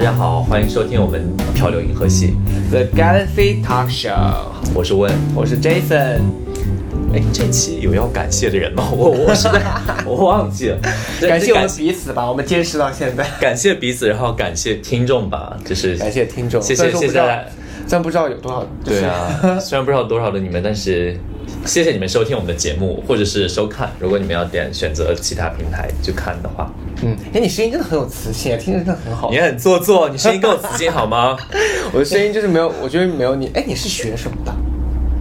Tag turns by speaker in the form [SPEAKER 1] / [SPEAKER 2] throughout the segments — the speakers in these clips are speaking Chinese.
[SPEAKER 1] 家好，欢迎收听我们漂流银河系，
[SPEAKER 2] The Galaxy Talk Show，
[SPEAKER 1] 我是温。
[SPEAKER 2] 我是 Jason。
[SPEAKER 1] 哎，这期有要感谢的人吗？ 我我实在我忘记了，对
[SPEAKER 2] 感谢我们
[SPEAKER 1] 感
[SPEAKER 2] 彼此吧，我们坚持到现在。
[SPEAKER 1] 感谢彼此，然后感谢听众吧，就是
[SPEAKER 2] 感谢听众，
[SPEAKER 1] 谢
[SPEAKER 2] 虽
[SPEAKER 1] 谢
[SPEAKER 2] 然说
[SPEAKER 1] 谢
[SPEAKER 2] 不
[SPEAKER 1] 谢
[SPEAKER 2] 知道
[SPEAKER 1] 大家。
[SPEAKER 2] 虽然不知道有多少，就是
[SPEAKER 1] 对， 啊，虽然不知道多少的你们，但是谢谢你们收听我们的节目或者是收看。如果你们要点选择其他平台去看的话，
[SPEAKER 2] 嗯，哎，你声音真的很有磁性，听着真的很好
[SPEAKER 1] 你。很做作，你声音 够磁性好吗？
[SPEAKER 2] 我的声音就是没有，我觉得没有你。哎，你是学什么的？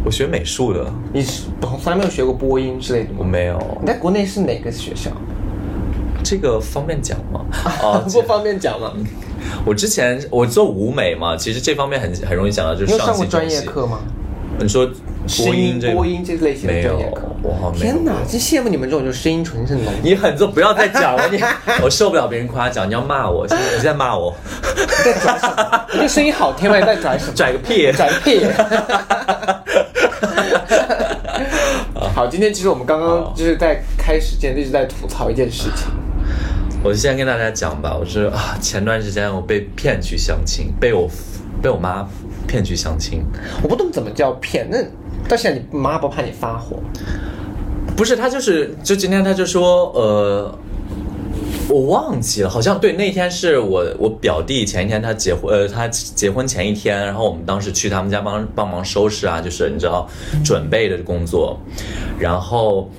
[SPEAKER 1] 我学美术的，
[SPEAKER 2] 你是从来没有学过播音之类的
[SPEAKER 1] 我
[SPEAKER 2] 吗？
[SPEAKER 1] 没有
[SPEAKER 2] 你在国内是哪个学校？，
[SPEAKER 1] 这个方便讲 吗？哦
[SPEAKER 2] 不方便讲吗？
[SPEAKER 1] 我之前我做舞美嘛，其实这方面很很容易想到，就
[SPEAKER 2] 你
[SPEAKER 1] 是
[SPEAKER 2] 有上过
[SPEAKER 1] 戏
[SPEAKER 2] 专
[SPEAKER 1] 中
[SPEAKER 2] 业
[SPEAKER 1] 戏。
[SPEAKER 2] 课吗？
[SPEAKER 1] 你说播
[SPEAKER 2] 声
[SPEAKER 1] 音
[SPEAKER 2] 音
[SPEAKER 1] 这个
[SPEAKER 2] 播音这类型的专业课
[SPEAKER 1] 没有我好。像没有
[SPEAKER 2] 天哪，真羡慕你们这种就声音纯正的。
[SPEAKER 1] 你很做，不要再讲了，你 我受不了别人夸奖，你要骂我，现在你在骂我，
[SPEAKER 2] 你在拽什么？你这声音好听吗？你在拽什么？
[SPEAKER 1] 拽个屁！
[SPEAKER 2] 拽屁！ 好，今天其实我们刚刚就是在开始之前一直在吐槽一件事情，
[SPEAKER 1] 我先跟大家讲吧，我是啊，前段时间我被骗去相亲，被我被我妈骗去相亲，
[SPEAKER 2] 我不懂怎么叫骗，那但是你妈不怕你发火？
[SPEAKER 1] 不是，他就是就今天他就说，呃，我忘记了，好像对那天是我我表弟前一天他结婚，呃，他结婚前一天，然后我们当时去他们家帮帮忙收拾啊，就是你知道准备的工作，然后。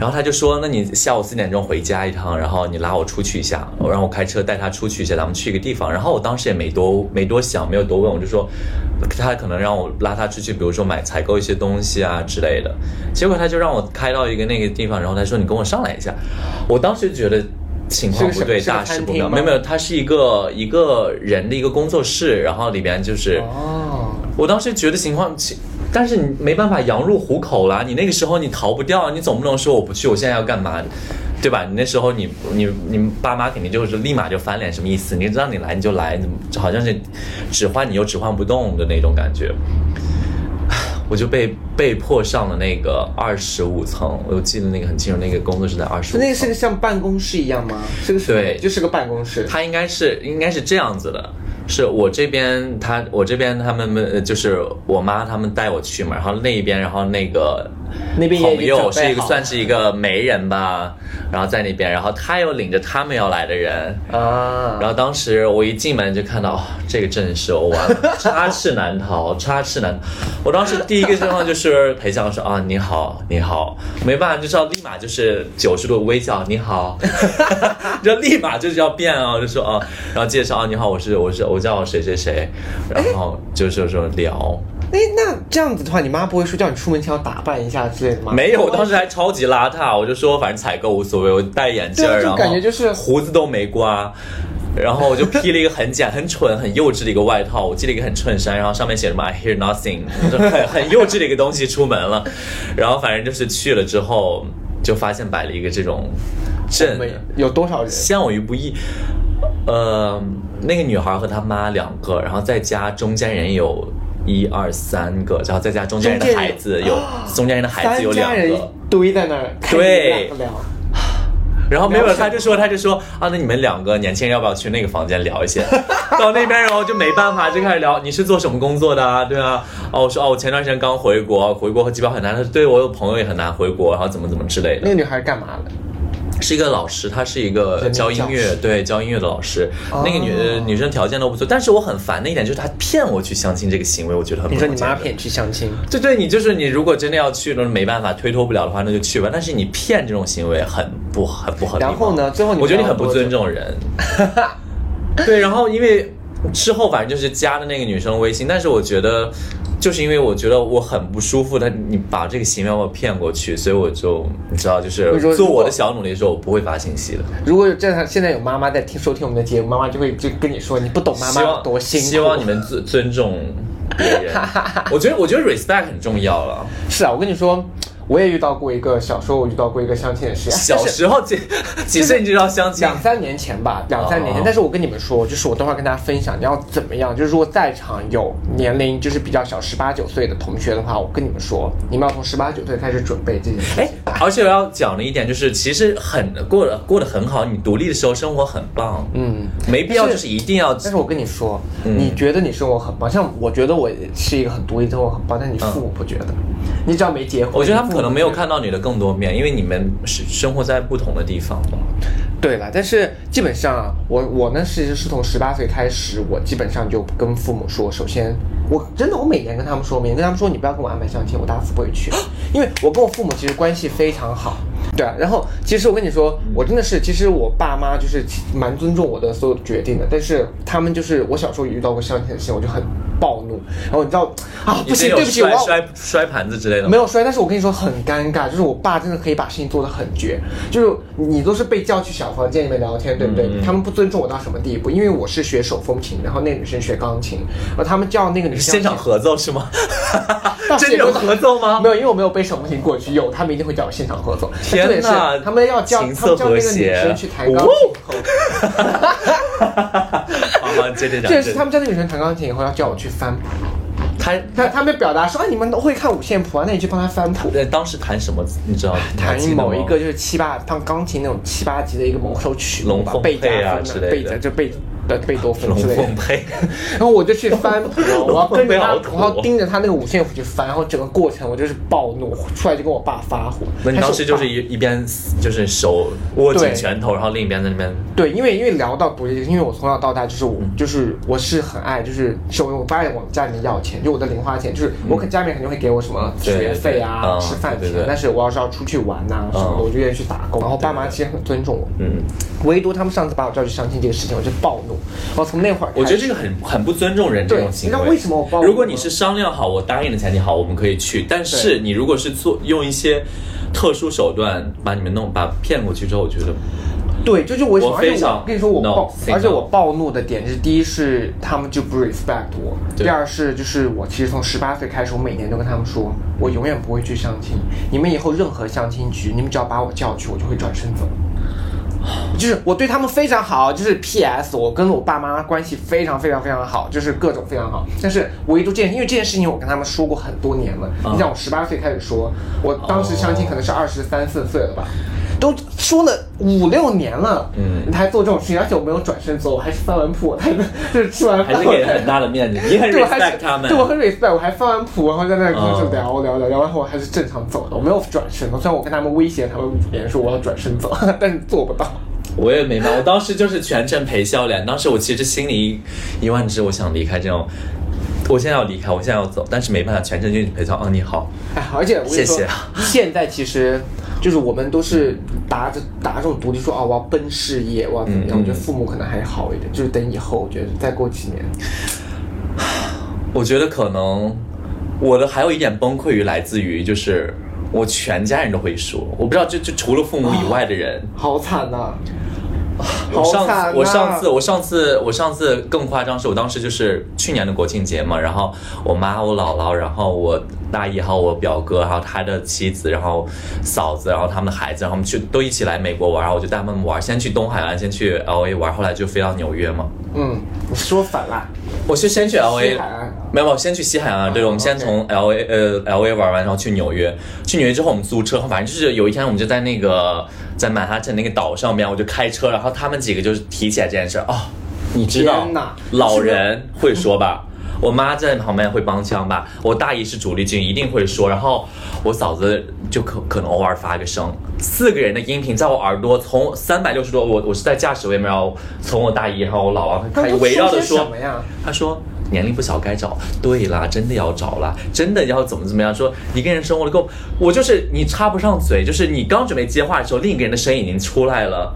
[SPEAKER 1] 然后他就说：“那你下午四点钟回家一趟，然后你拉我出去一下，我让我开车带他出去一下，咱们去一个地方。”然后我当时也没多没多想，没有多问，我就说他可能让我拉他出去，比如说买采购一些东西啊之类的。结果他就让我开到一个那个地方，然后他说：“你跟我上来一下。”我当时觉得情况不对，
[SPEAKER 2] 是个什
[SPEAKER 1] 大
[SPEAKER 2] 么
[SPEAKER 1] 事
[SPEAKER 2] 是个餐
[SPEAKER 1] 不妙。
[SPEAKER 2] 厅吗
[SPEAKER 1] 没有没有，它是一个一个人的一个工作室，然后里边就是。
[SPEAKER 2] 哦，
[SPEAKER 1] 我当时觉得情况，其但是你没办法羊入虎口啦，你那个时候你逃不掉，你总不能说我不去，我现在要干嘛，对吧？你那时候你你你爸妈肯定就是立马就翻脸，什么意思？你让你来你就来，你怎么好像是指唤你又指唤不动的那种感觉。我就被被迫上了那个二十五层，我记得那个很清楚，那个工作室在二十五层。
[SPEAKER 2] 所以那个是个像办公室一样吗？是个什么
[SPEAKER 1] 对
[SPEAKER 2] 就是个办公室。
[SPEAKER 1] 他应该是应该是这样子的，是我这边他我这边他们们就是我妈他们带我去嘛，然后那一边然后那个
[SPEAKER 2] 那边也已
[SPEAKER 1] 朋
[SPEAKER 2] 经准备好
[SPEAKER 1] 友
[SPEAKER 2] 了
[SPEAKER 1] 是一个算是一个媒人吧，然后在那边，然后他又领着他们要来的人。
[SPEAKER 2] 啊，
[SPEAKER 1] 然后当时我一进门就看到，哦、这个阵势我完了，插翅难逃，插翅难逃。我当时第一个情况就是裴翔说啊你好你好，没办法就是要立马就是九十度微笑你好，就立马就是要变啊，就说啊，然后介绍啊你好我是我是我叫谁谁谁，然后就是说聊，
[SPEAKER 2] 哎，那这样子的话，你妈不会说叫你出门前要打扮一下之类的吗？
[SPEAKER 1] 没有，我当时还超级邋遢，我就说反正采购无所谓，我戴眼镜儿，
[SPEAKER 2] 对啊就
[SPEAKER 1] 然后
[SPEAKER 2] 感觉就是
[SPEAKER 1] 胡子都没刮。然后我就披了一个很简、很蠢、很幼稚的一个外套，我系了一个很衬衫，然后上面写什么 “I hear nothing”，就很 很幼稚的一个东西出门了。然后反正就是去了之后，就发现摆了一个这种
[SPEAKER 2] 我
[SPEAKER 1] 阵，
[SPEAKER 2] 们有多少人？
[SPEAKER 1] 相与不易。呃，那个女孩和她妈两个，然后再加中间人有一二三个，然后再加中间人的孩子有中间人的孩子有
[SPEAKER 2] 三
[SPEAKER 1] 两
[SPEAKER 2] 家人
[SPEAKER 1] 个。
[SPEAKER 2] 一堆在那儿，看
[SPEAKER 1] 对
[SPEAKER 2] 你们两个聊
[SPEAKER 1] 然后没有
[SPEAKER 2] 聊，什么
[SPEAKER 1] 他就说，他就说啊，那你们两个年轻人要不要去那个房间聊一 些？到那边然后就没办法，就开始聊你是做什么工作的啊？对啊，哦，我说哦，我前段时间刚回国，回国机票很难。他说对我有朋友也很难回国，然后怎么怎么之类
[SPEAKER 2] 那
[SPEAKER 1] 的。
[SPEAKER 2] 个女孩干嘛了？
[SPEAKER 1] 是一个老师，他是一个
[SPEAKER 2] 人民
[SPEAKER 1] 教音
[SPEAKER 2] 教
[SPEAKER 1] 乐，
[SPEAKER 2] 师
[SPEAKER 1] 对教音乐的老师。那个女
[SPEAKER 2] 哦
[SPEAKER 1] 女生条件都不错，但是我很烦的一点就是她骗我去相亲这个行为，我觉得很
[SPEAKER 2] 你
[SPEAKER 1] 不
[SPEAKER 2] 说
[SPEAKER 1] 能
[SPEAKER 2] 你
[SPEAKER 1] 接
[SPEAKER 2] 妈
[SPEAKER 1] 受。
[SPEAKER 2] 骗你去相亲，
[SPEAKER 1] 对对，你就是你，如果真的要去，那没办法，推脱不了的话，那就去吧。但是你骗这种行为很不很不合理。
[SPEAKER 2] 然后呢最后你
[SPEAKER 1] 我觉得你
[SPEAKER 2] 们
[SPEAKER 1] 很不
[SPEAKER 2] 聊了多
[SPEAKER 1] 尊
[SPEAKER 2] 久
[SPEAKER 1] 重 人。对，然后因为之后反正就是加了那个女生微信，但是我觉得就是因为我觉得我很不舒服，但你把这个行为把我骗过去，所以我就你知道，就是
[SPEAKER 2] 我说
[SPEAKER 1] 做
[SPEAKER 2] 如
[SPEAKER 1] 我
[SPEAKER 2] 果
[SPEAKER 1] 的小努力的时候，我不会发信息的。
[SPEAKER 2] 如果有这样，现在有妈妈在听收听我们的节目，妈妈就会就跟你说，你不懂妈妈
[SPEAKER 1] 希
[SPEAKER 2] 有
[SPEAKER 1] 望
[SPEAKER 2] 多辛苦。
[SPEAKER 1] 希望你们尊尊重别 人。我觉得我觉得 respect 很重要了。
[SPEAKER 2] 是啊，我跟你说，我也遇到过一个，小时候我遇到过一个相亲的事，啊
[SPEAKER 1] 小时嗯候几几岁你就要相亲？
[SPEAKER 2] 两三年前吧，两三年前。
[SPEAKER 1] 哦
[SPEAKER 2] 但是我跟你们说，就是我等会儿跟大家分享，你要怎么样？就是如果在场有年龄就是比较小十八九岁的同学的话，我跟你们说，你们要从十八九岁开始准备这件事情。
[SPEAKER 1] 哎，而且我要讲的一点就是，其实很过得过得很好，你独立的时候生活很棒，
[SPEAKER 2] 嗯，
[SPEAKER 1] 没必要就是一定要
[SPEAKER 2] 但是我跟你说，
[SPEAKER 1] 嗯
[SPEAKER 2] 你觉得你生活很棒，像我觉得我是一个很独立、生活很棒，但你父母不觉得，你只要没结婚，
[SPEAKER 1] 嗯我觉得他
[SPEAKER 2] 你
[SPEAKER 1] 们
[SPEAKER 2] 父母
[SPEAKER 1] 可能没有
[SPEAKER 2] 不觉得。
[SPEAKER 1] 看到你的更多面，因为你们是生活在不同的地方嘛。
[SPEAKER 2] 对了，但是基本上啊我我呢是是从十八岁开始，我基本上就跟父母说，首先我真的我每年跟他们说，每年跟他们说你不要跟我安排相亲，我打死不会去， 因为我跟我父母其实关系非常好。对啊，然后其实我跟你说，我真的是，其实我爸妈就是蛮尊重我的所有决定的，但是他们就是我小时候也遇到过相亲的事情，我就很暴怒，然后你知道啊，不
[SPEAKER 1] 你是
[SPEAKER 2] 行，
[SPEAKER 1] 有
[SPEAKER 2] 对不起，我
[SPEAKER 1] 摔
[SPEAKER 2] 要
[SPEAKER 1] 摔摔盘子之类的吗
[SPEAKER 2] 没？有摔，但是我跟你说很尴尬，就是我爸真的可以把事情做得很绝，就是你都是被叫去小房间里面聊天，对不对？
[SPEAKER 1] 嗯
[SPEAKER 2] 他们不尊重我到什么地步？因为我是学手风琴，然后那个女生学钢琴，然后他们叫那个女 生
[SPEAKER 1] 现场合奏是吗？
[SPEAKER 2] 到
[SPEAKER 1] 真的有合奏吗
[SPEAKER 2] 没？有，因为我没有背手风琴过去，有他们一定会叫我现场合奏。
[SPEAKER 1] 天哪
[SPEAKER 2] 哪！他们要叫
[SPEAKER 1] 琴
[SPEAKER 2] 他
[SPEAKER 1] 瑟
[SPEAKER 2] 们叫那
[SPEAKER 1] 和
[SPEAKER 2] 个女
[SPEAKER 1] 谐
[SPEAKER 2] 生去弹钢
[SPEAKER 1] 哦
[SPEAKER 2] 琴后。
[SPEAKER 1] 好好，接着讲。
[SPEAKER 2] 这
[SPEAKER 1] 接
[SPEAKER 2] 是
[SPEAKER 1] 着
[SPEAKER 2] 他们叫那个女生弹钢琴以后要叫我去翻谱，
[SPEAKER 1] 他
[SPEAKER 2] 他他们表达说啊你们都会看五线谱啊，那你去帮他翻谱。
[SPEAKER 1] 呃当时弹什么？你知道？你还
[SPEAKER 2] 弹
[SPEAKER 1] 记得吗
[SPEAKER 2] 某一个就是七八，像钢琴那种七八级的一个某首曲目
[SPEAKER 1] 龙
[SPEAKER 2] 吧
[SPEAKER 1] 凤，
[SPEAKER 2] 贝加
[SPEAKER 1] 配
[SPEAKER 2] 芬
[SPEAKER 1] 啊
[SPEAKER 2] 啊
[SPEAKER 1] 之类的
[SPEAKER 2] 贝加就贝呃贝多芬
[SPEAKER 1] 龙
[SPEAKER 2] 之类
[SPEAKER 1] 凤
[SPEAKER 2] 的。
[SPEAKER 1] 配。
[SPEAKER 2] 然后我就 去翻谱，我要跟着他，
[SPEAKER 1] 龙凤配好土哦
[SPEAKER 2] 我要盯着他那个五线谱去翻，然后整个过程我就是暴怒，出来就跟我爸发火。啊
[SPEAKER 1] 那你当时就是
[SPEAKER 2] 但我
[SPEAKER 1] 一一边就是手握紧
[SPEAKER 2] 对
[SPEAKER 1] 拳头，然后另一边在那边
[SPEAKER 2] 爸对，因为因为聊到独立，因为我从小到大就是我
[SPEAKER 1] 嗯
[SPEAKER 2] 就是我是很爱就是首先我不爱往家里面要钱，就我的零花钱就是我可家里面肯定会给我什
[SPEAKER 1] 嗯
[SPEAKER 2] 么
[SPEAKER 1] 对
[SPEAKER 2] 学费啊、
[SPEAKER 1] 对
[SPEAKER 2] 吃饭
[SPEAKER 1] 对
[SPEAKER 2] 钱
[SPEAKER 1] 对对，
[SPEAKER 2] 但是我要是要出去玩呐什么
[SPEAKER 1] 嗯
[SPEAKER 2] 的，我就愿意去打工。然后爸妈其实很尊重我，
[SPEAKER 1] 嗯。
[SPEAKER 2] 唯独他们上次把我叫去相亲这个事情，我就暴怒。然后从那会儿开始，
[SPEAKER 1] 我觉得这个很很不尊重人这
[SPEAKER 2] 对
[SPEAKER 1] 种行
[SPEAKER 2] 你知
[SPEAKER 1] 为。
[SPEAKER 2] 道为什么我报
[SPEAKER 1] 如果你
[SPEAKER 2] 吗
[SPEAKER 1] 是商量好，我答应的前提好，我们可以去。但是你如果是做用一些特殊手段把你们弄把骗过去之后，我觉得
[SPEAKER 2] 对，就是我为什
[SPEAKER 1] 我
[SPEAKER 2] 么，而
[SPEAKER 1] 非
[SPEAKER 2] 且
[SPEAKER 1] 常
[SPEAKER 2] 我跟你说我
[SPEAKER 1] no，
[SPEAKER 2] 暴
[SPEAKER 1] think
[SPEAKER 2] 而且
[SPEAKER 1] no
[SPEAKER 2] 我暴怒的点是，第一是他们就不 respect 我，
[SPEAKER 1] 对
[SPEAKER 2] 第二是就是我其实从十八岁开始，我每年都跟他们说，我永远不会去相亲，你们以后任何相亲局，你们只要把我叫去，我就会转身走。就是我对他们非常好，就是 P.S. 我跟我爸妈关系非常非常非常好，就是各种非常好。但是唯独这件，因为这件事情我跟他们说过很多年了。
[SPEAKER 1] 啊哦
[SPEAKER 2] 你像我十八岁开始说，我当时相亲可能是二十三四岁了吧，都说了五六年了，
[SPEAKER 1] 嗯
[SPEAKER 2] 你还做这种事情，而且我没有转身走，我还是翻完谱，我还就是吃完
[SPEAKER 1] 还
[SPEAKER 2] 饭
[SPEAKER 1] 是
[SPEAKER 2] 我
[SPEAKER 1] 给人很大的面子，你很
[SPEAKER 2] 对，我还
[SPEAKER 1] respect
[SPEAKER 2] 是
[SPEAKER 1] 他们
[SPEAKER 2] 对。我很 respect，我还翻完谱，然后在那里跟他
[SPEAKER 1] 嗯
[SPEAKER 2] 们聊、聊聊聊，然后我还是正常走的，我没有转身的。虽然我跟他们威胁他们别人说我要转身走， 但是做不到。
[SPEAKER 1] 我也没办法，我当时就是全程陪笑脸。当时我其实心里一万只我想离开这种，我现在要离开，我现在要走，但是没办法，全程就是陪笑。嗯，你好，
[SPEAKER 2] 哎，而且我跟
[SPEAKER 1] 谢
[SPEAKER 2] 你说，
[SPEAKER 1] 谢啊
[SPEAKER 2] 现在其实就是我们都是打着打着这种独立说啊，我要奔事业，我要怎么样？
[SPEAKER 1] 嗯嗯
[SPEAKER 2] 我觉得父母可能还好一点，就是等以后，我觉得再过几年，
[SPEAKER 1] 我觉得可能我的还有一点崩溃于来自于就是我全家人都会说，我不知道就就除了父母以外的人。
[SPEAKER 2] 好惨呐、
[SPEAKER 1] 我
[SPEAKER 2] 啊好
[SPEAKER 1] 上
[SPEAKER 2] 惨呐、
[SPEAKER 1] 次我上次我上次我上次更夸张，是我当时就是去年的国庆节嘛，然后我妈、我姥姥，然后我大姨，还有我表哥，还有他的妻子，然后嫂子，然后他们的孩子，然后我们去都一起来美国玩，然后我就带他们玩，先去东海岸，先去 L A 玩，后来就飞到纽约嘛。
[SPEAKER 2] 嗯，你说反啦，
[SPEAKER 1] 我是先去 L
[SPEAKER 2] 西
[SPEAKER 1] A，
[SPEAKER 2] 海岸
[SPEAKER 1] 没有，没有先去西海岸啊。对，
[SPEAKER 2] 哦
[SPEAKER 1] 我们先
[SPEAKER 2] OK
[SPEAKER 1] 从 L A 呃 L A 玩完，然后去纽约。去纽约之后，我们租车，反正就是有一天我们就在那个在曼哈顿那个岛上面，我就开车，然后他们几个就是提起来这件事儿哦，你知道
[SPEAKER 2] 天哪，
[SPEAKER 1] 老人会说吧。我妈在旁边会帮腔吧，我大姨是主力军，一定会说。然后我嫂子就可可能偶尔发个声，四个人的音频在我耳朵从三百六十度，我我是在驾驶位嘛，然后从我大姨，然后我姥姥，
[SPEAKER 2] 他们
[SPEAKER 1] 她
[SPEAKER 2] 都
[SPEAKER 1] 围绕着
[SPEAKER 2] 些
[SPEAKER 1] 说
[SPEAKER 2] 什么呀？
[SPEAKER 1] 他说年龄不小该找，对啦，真的要找啦，真的要怎么怎么样？说一个人生活的够，我就是你插不上嘴，就是你刚准备接话的时候，另一个人的声音已经出来 了。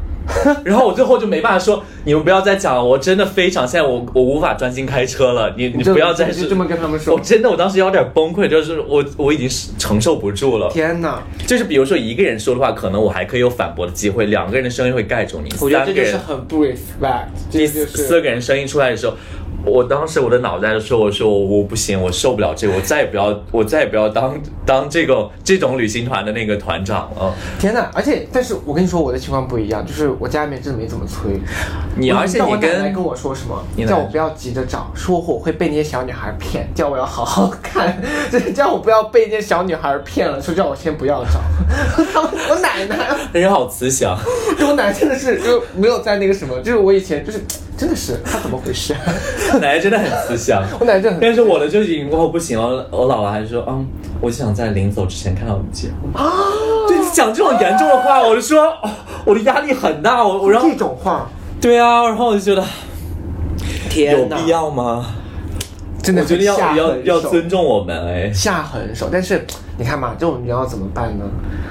[SPEAKER 1] 然后我最后就没办法说，你们不要再讲了，我真的非常现在我我无法专心开车了，你你
[SPEAKER 2] 就
[SPEAKER 1] 不要再
[SPEAKER 2] 你就
[SPEAKER 1] 说
[SPEAKER 2] 这么跟他们说
[SPEAKER 1] 我真的我当时有点崩溃，就是我我已经是承受不住了。
[SPEAKER 2] 天哪！
[SPEAKER 1] 就是比如说一个人说的话，可能我还可以有反驳的机会，两个人的声音会盖住你，
[SPEAKER 2] 我觉得
[SPEAKER 1] 三
[SPEAKER 2] 这
[SPEAKER 1] 个
[SPEAKER 2] 就
[SPEAKER 1] 人
[SPEAKER 2] 是很不 respect，
[SPEAKER 1] 第
[SPEAKER 2] 这就
[SPEAKER 1] 四
[SPEAKER 2] 是
[SPEAKER 1] 个人声音出来的时候，我当时我的脑袋就说，我说我我不行，我受不了这个，我再也不要，我再也不要当当这个这种旅行团的那个团长了。
[SPEAKER 2] 天呐！而且，但是我跟你说，我的情况不一样，就是我家里面真的没怎么催。
[SPEAKER 1] 你而且
[SPEAKER 2] 但嗯我
[SPEAKER 1] 你
[SPEAKER 2] 奶奶
[SPEAKER 1] 跟
[SPEAKER 2] 跟我说什么
[SPEAKER 1] 你，奶奶
[SPEAKER 2] 叫我不要急着找，说我会被那些小女孩骗，叫我要好好看，就是叫我不要被那些小女孩骗了，说叫我先不要找。我奶奶，
[SPEAKER 1] 人好慈祥，
[SPEAKER 2] 我奶奶真的是就没有在那个什么，就是我以前就是真的是她怎么回事、
[SPEAKER 1] 奶奶真的很慈 祥。
[SPEAKER 2] 我奶奶真的很
[SPEAKER 1] 但是我的就已经哦不行了，我姥姥还说，嗯，我就想在临走之前看到你结婚。啊，对你讲这种严重的话，我就说，哦我的压力很大，我我然后
[SPEAKER 2] 这种话，
[SPEAKER 1] 对啊，然后我就觉得有
[SPEAKER 2] 天呐，
[SPEAKER 1] 必要吗？
[SPEAKER 2] 真的
[SPEAKER 1] 我觉得要
[SPEAKER 2] 下
[SPEAKER 1] 要
[SPEAKER 2] 狠
[SPEAKER 1] 要
[SPEAKER 2] 手
[SPEAKER 1] 尊重我们哎。
[SPEAKER 2] 下狠手，但是你看嘛，这种你要怎么办呢？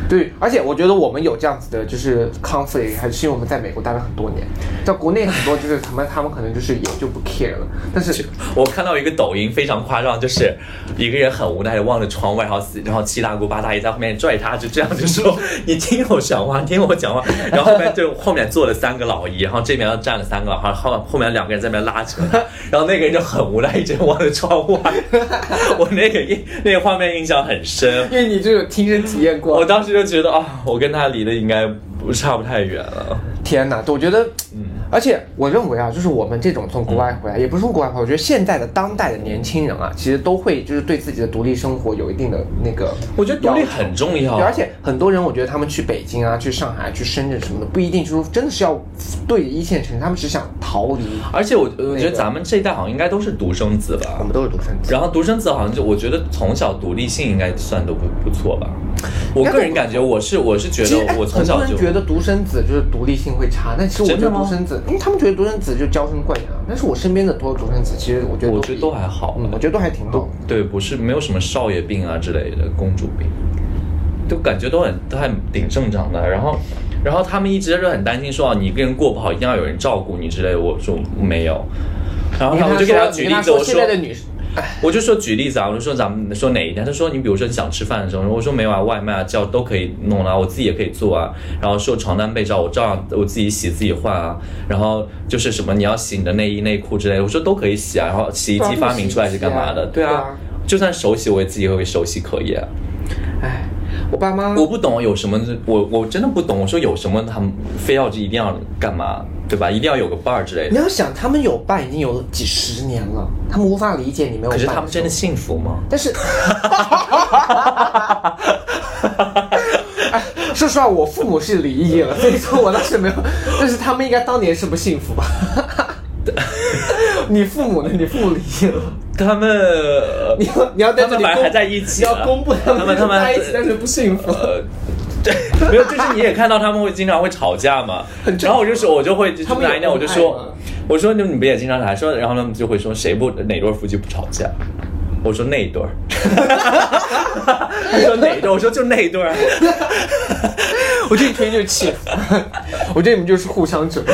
[SPEAKER 2] 对，而且我觉得我们有这样子的，就是 conflict，还是因为我们在美国待了很多年，在国内很多就是他们他们可能就是也就不 care 了，但是
[SPEAKER 1] 我看到一个抖音非常夸张，就是一个人很无奈的望着窗外，然后然后七大姑八大姨在后面拽他，就这样就说你听我讲话，听我讲话。然后后面就后面坐了三个老姨，然后这边站了三个老汉，后后面两个人在那边拉扯他，然后那个人就很无奈，一直望着窗外。我那个印那个画面印象很深，
[SPEAKER 2] 因为你就有亲身体验
[SPEAKER 1] 我
[SPEAKER 2] 过，
[SPEAKER 1] 当时就觉得啊，我跟他离得应该不差不太远了。
[SPEAKER 2] 天哪，我觉得。
[SPEAKER 1] 嗯，
[SPEAKER 2] 而且我认为啊，就是我们这种从国外回来，也不是从国外回来，我觉得现在的当代的年轻人啊，其实都会就是对自己的独立生活有一定的那个，
[SPEAKER 1] 我觉得独立很重要，
[SPEAKER 2] 对，而且很多人，我觉得他们去北京啊、去上海、去深圳什么的，不一定就是真的是要对一线城市，他们只想逃离。
[SPEAKER 1] 而且我我觉
[SPEAKER 2] 那
[SPEAKER 1] 得
[SPEAKER 2] 个
[SPEAKER 1] 咱们这一代好像应该都是独生子吧。
[SPEAKER 2] 我们都是独生子，
[SPEAKER 1] 然后独生子好像就，我觉得从小独立性应该算都不不错吧。我个人感觉，我是我是觉
[SPEAKER 2] 其实
[SPEAKER 1] 得
[SPEAKER 2] 哎
[SPEAKER 1] 我从
[SPEAKER 2] 很多
[SPEAKER 1] 小就
[SPEAKER 2] 人觉得独生子就是独立性会差，但其实我觉得
[SPEAKER 1] 真的吗
[SPEAKER 2] 独生子，因为他们觉得独生子就娇生惯养，但是我身边的多独生子，其实我觉得
[SPEAKER 1] 我
[SPEAKER 2] 比
[SPEAKER 1] 觉得都还好哎
[SPEAKER 2] 嗯，我觉得都还挺好的。
[SPEAKER 1] 对，不是没有什么少爷病啊之类的公主病，就感觉都很都还挺正常的。然后然后他们一直就很担心说啊，你一个人过不好，一定要有人照顾你之类的。我说没有。然后
[SPEAKER 2] 你
[SPEAKER 1] 他
[SPEAKER 2] 跟
[SPEAKER 1] 我
[SPEAKER 2] 他
[SPEAKER 1] 就给
[SPEAKER 2] 说
[SPEAKER 1] 他
[SPEAKER 2] 你
[SPEAKER 1] 举例
[SPEAKER 2] 跟他
[SPEAKER 1] 子，我
[SPEAKER 2] 说
[SPEAKER 1] 说
[SPEAKER 2] 现在的女生，
[SPEAKER 1] 我就说举例子啊，我就说咱们说哪一天，他说你比如说你想吃饭的时候，我说没有啊，外卖啊叫都可以弄啊，我自己也可以做啊。然后说床单被罩，我照样我自己洗自己换啊。然后就是什么你要洗你的内衣内裤之类的，我说都可以洗啊。然后洗衣机发明出来是干嘛的？对
[SPEAKER 2] 对
[SPEAKER 1] 啊
[SPEAKER 2] 啊，
[SPEAKER 1] 就算手洗我也自己会手洗可以啊。
[SPEAKER 2] 哎，我爸妈，
[SPEAKER 1] 我不懂有什么，我我真的不懂。我说有什么他们非要一定要干嘛，对吧？一定要有个伴儿之类
[SPEAKER 2] 你
[SPEAKER 1] 的。
[SPEAKER 2] 要想他们有伴已经有几十年了，他们无法理解你没有
[SPEAKER 1] 可
[SPEAKER 2] 伴。
[SPEAKER 1] 是他们真的，幸福吗？
[SPEAKER 2] 但是。 哎，说实话，我父母是离异了，所以说我当时没有，但是他们应该当年是不幸福吧？ 你父母呢？你父母离异了，
[SPEAKER 1] 他们呃
[SPEAKER 2] 你要你要在
[SPEAKER 1] 他们
[SPEAKER 2] 这里
[SPEAKER 1] 本来
[SPEAKER 2] 公
[SPEAKER 1] 还在一起
[SPEAKER 2] 你要
[SPEAKER 1] 呢
[SPEAKER 2] 公布他
[SPEAKER 1] 他们他们
[SPEAKER 2] 在一起，但是不幸福。
[SPEAKER 1] 呃，对， 没有，就是你也看到他们会经常会吵架嘛。
[SPEAKER 2] 很正
[SPEAKER 1] 然后我就说，我就会就是
[SPEAKER 2] 他们有
[SPEAKER 1] 哪一天我就
[SPEAKER 2] 恩爱吗
[SPEAKER 1] 说，我说你们也经常吵，说然后他们就会说谁不哪对夫妻不吵架。我说那一对儿， 他说哪一对儿？我说就那一对儿。
[SPEAKER 2] 我这一听就气， 我觉得你们就是互相折磨，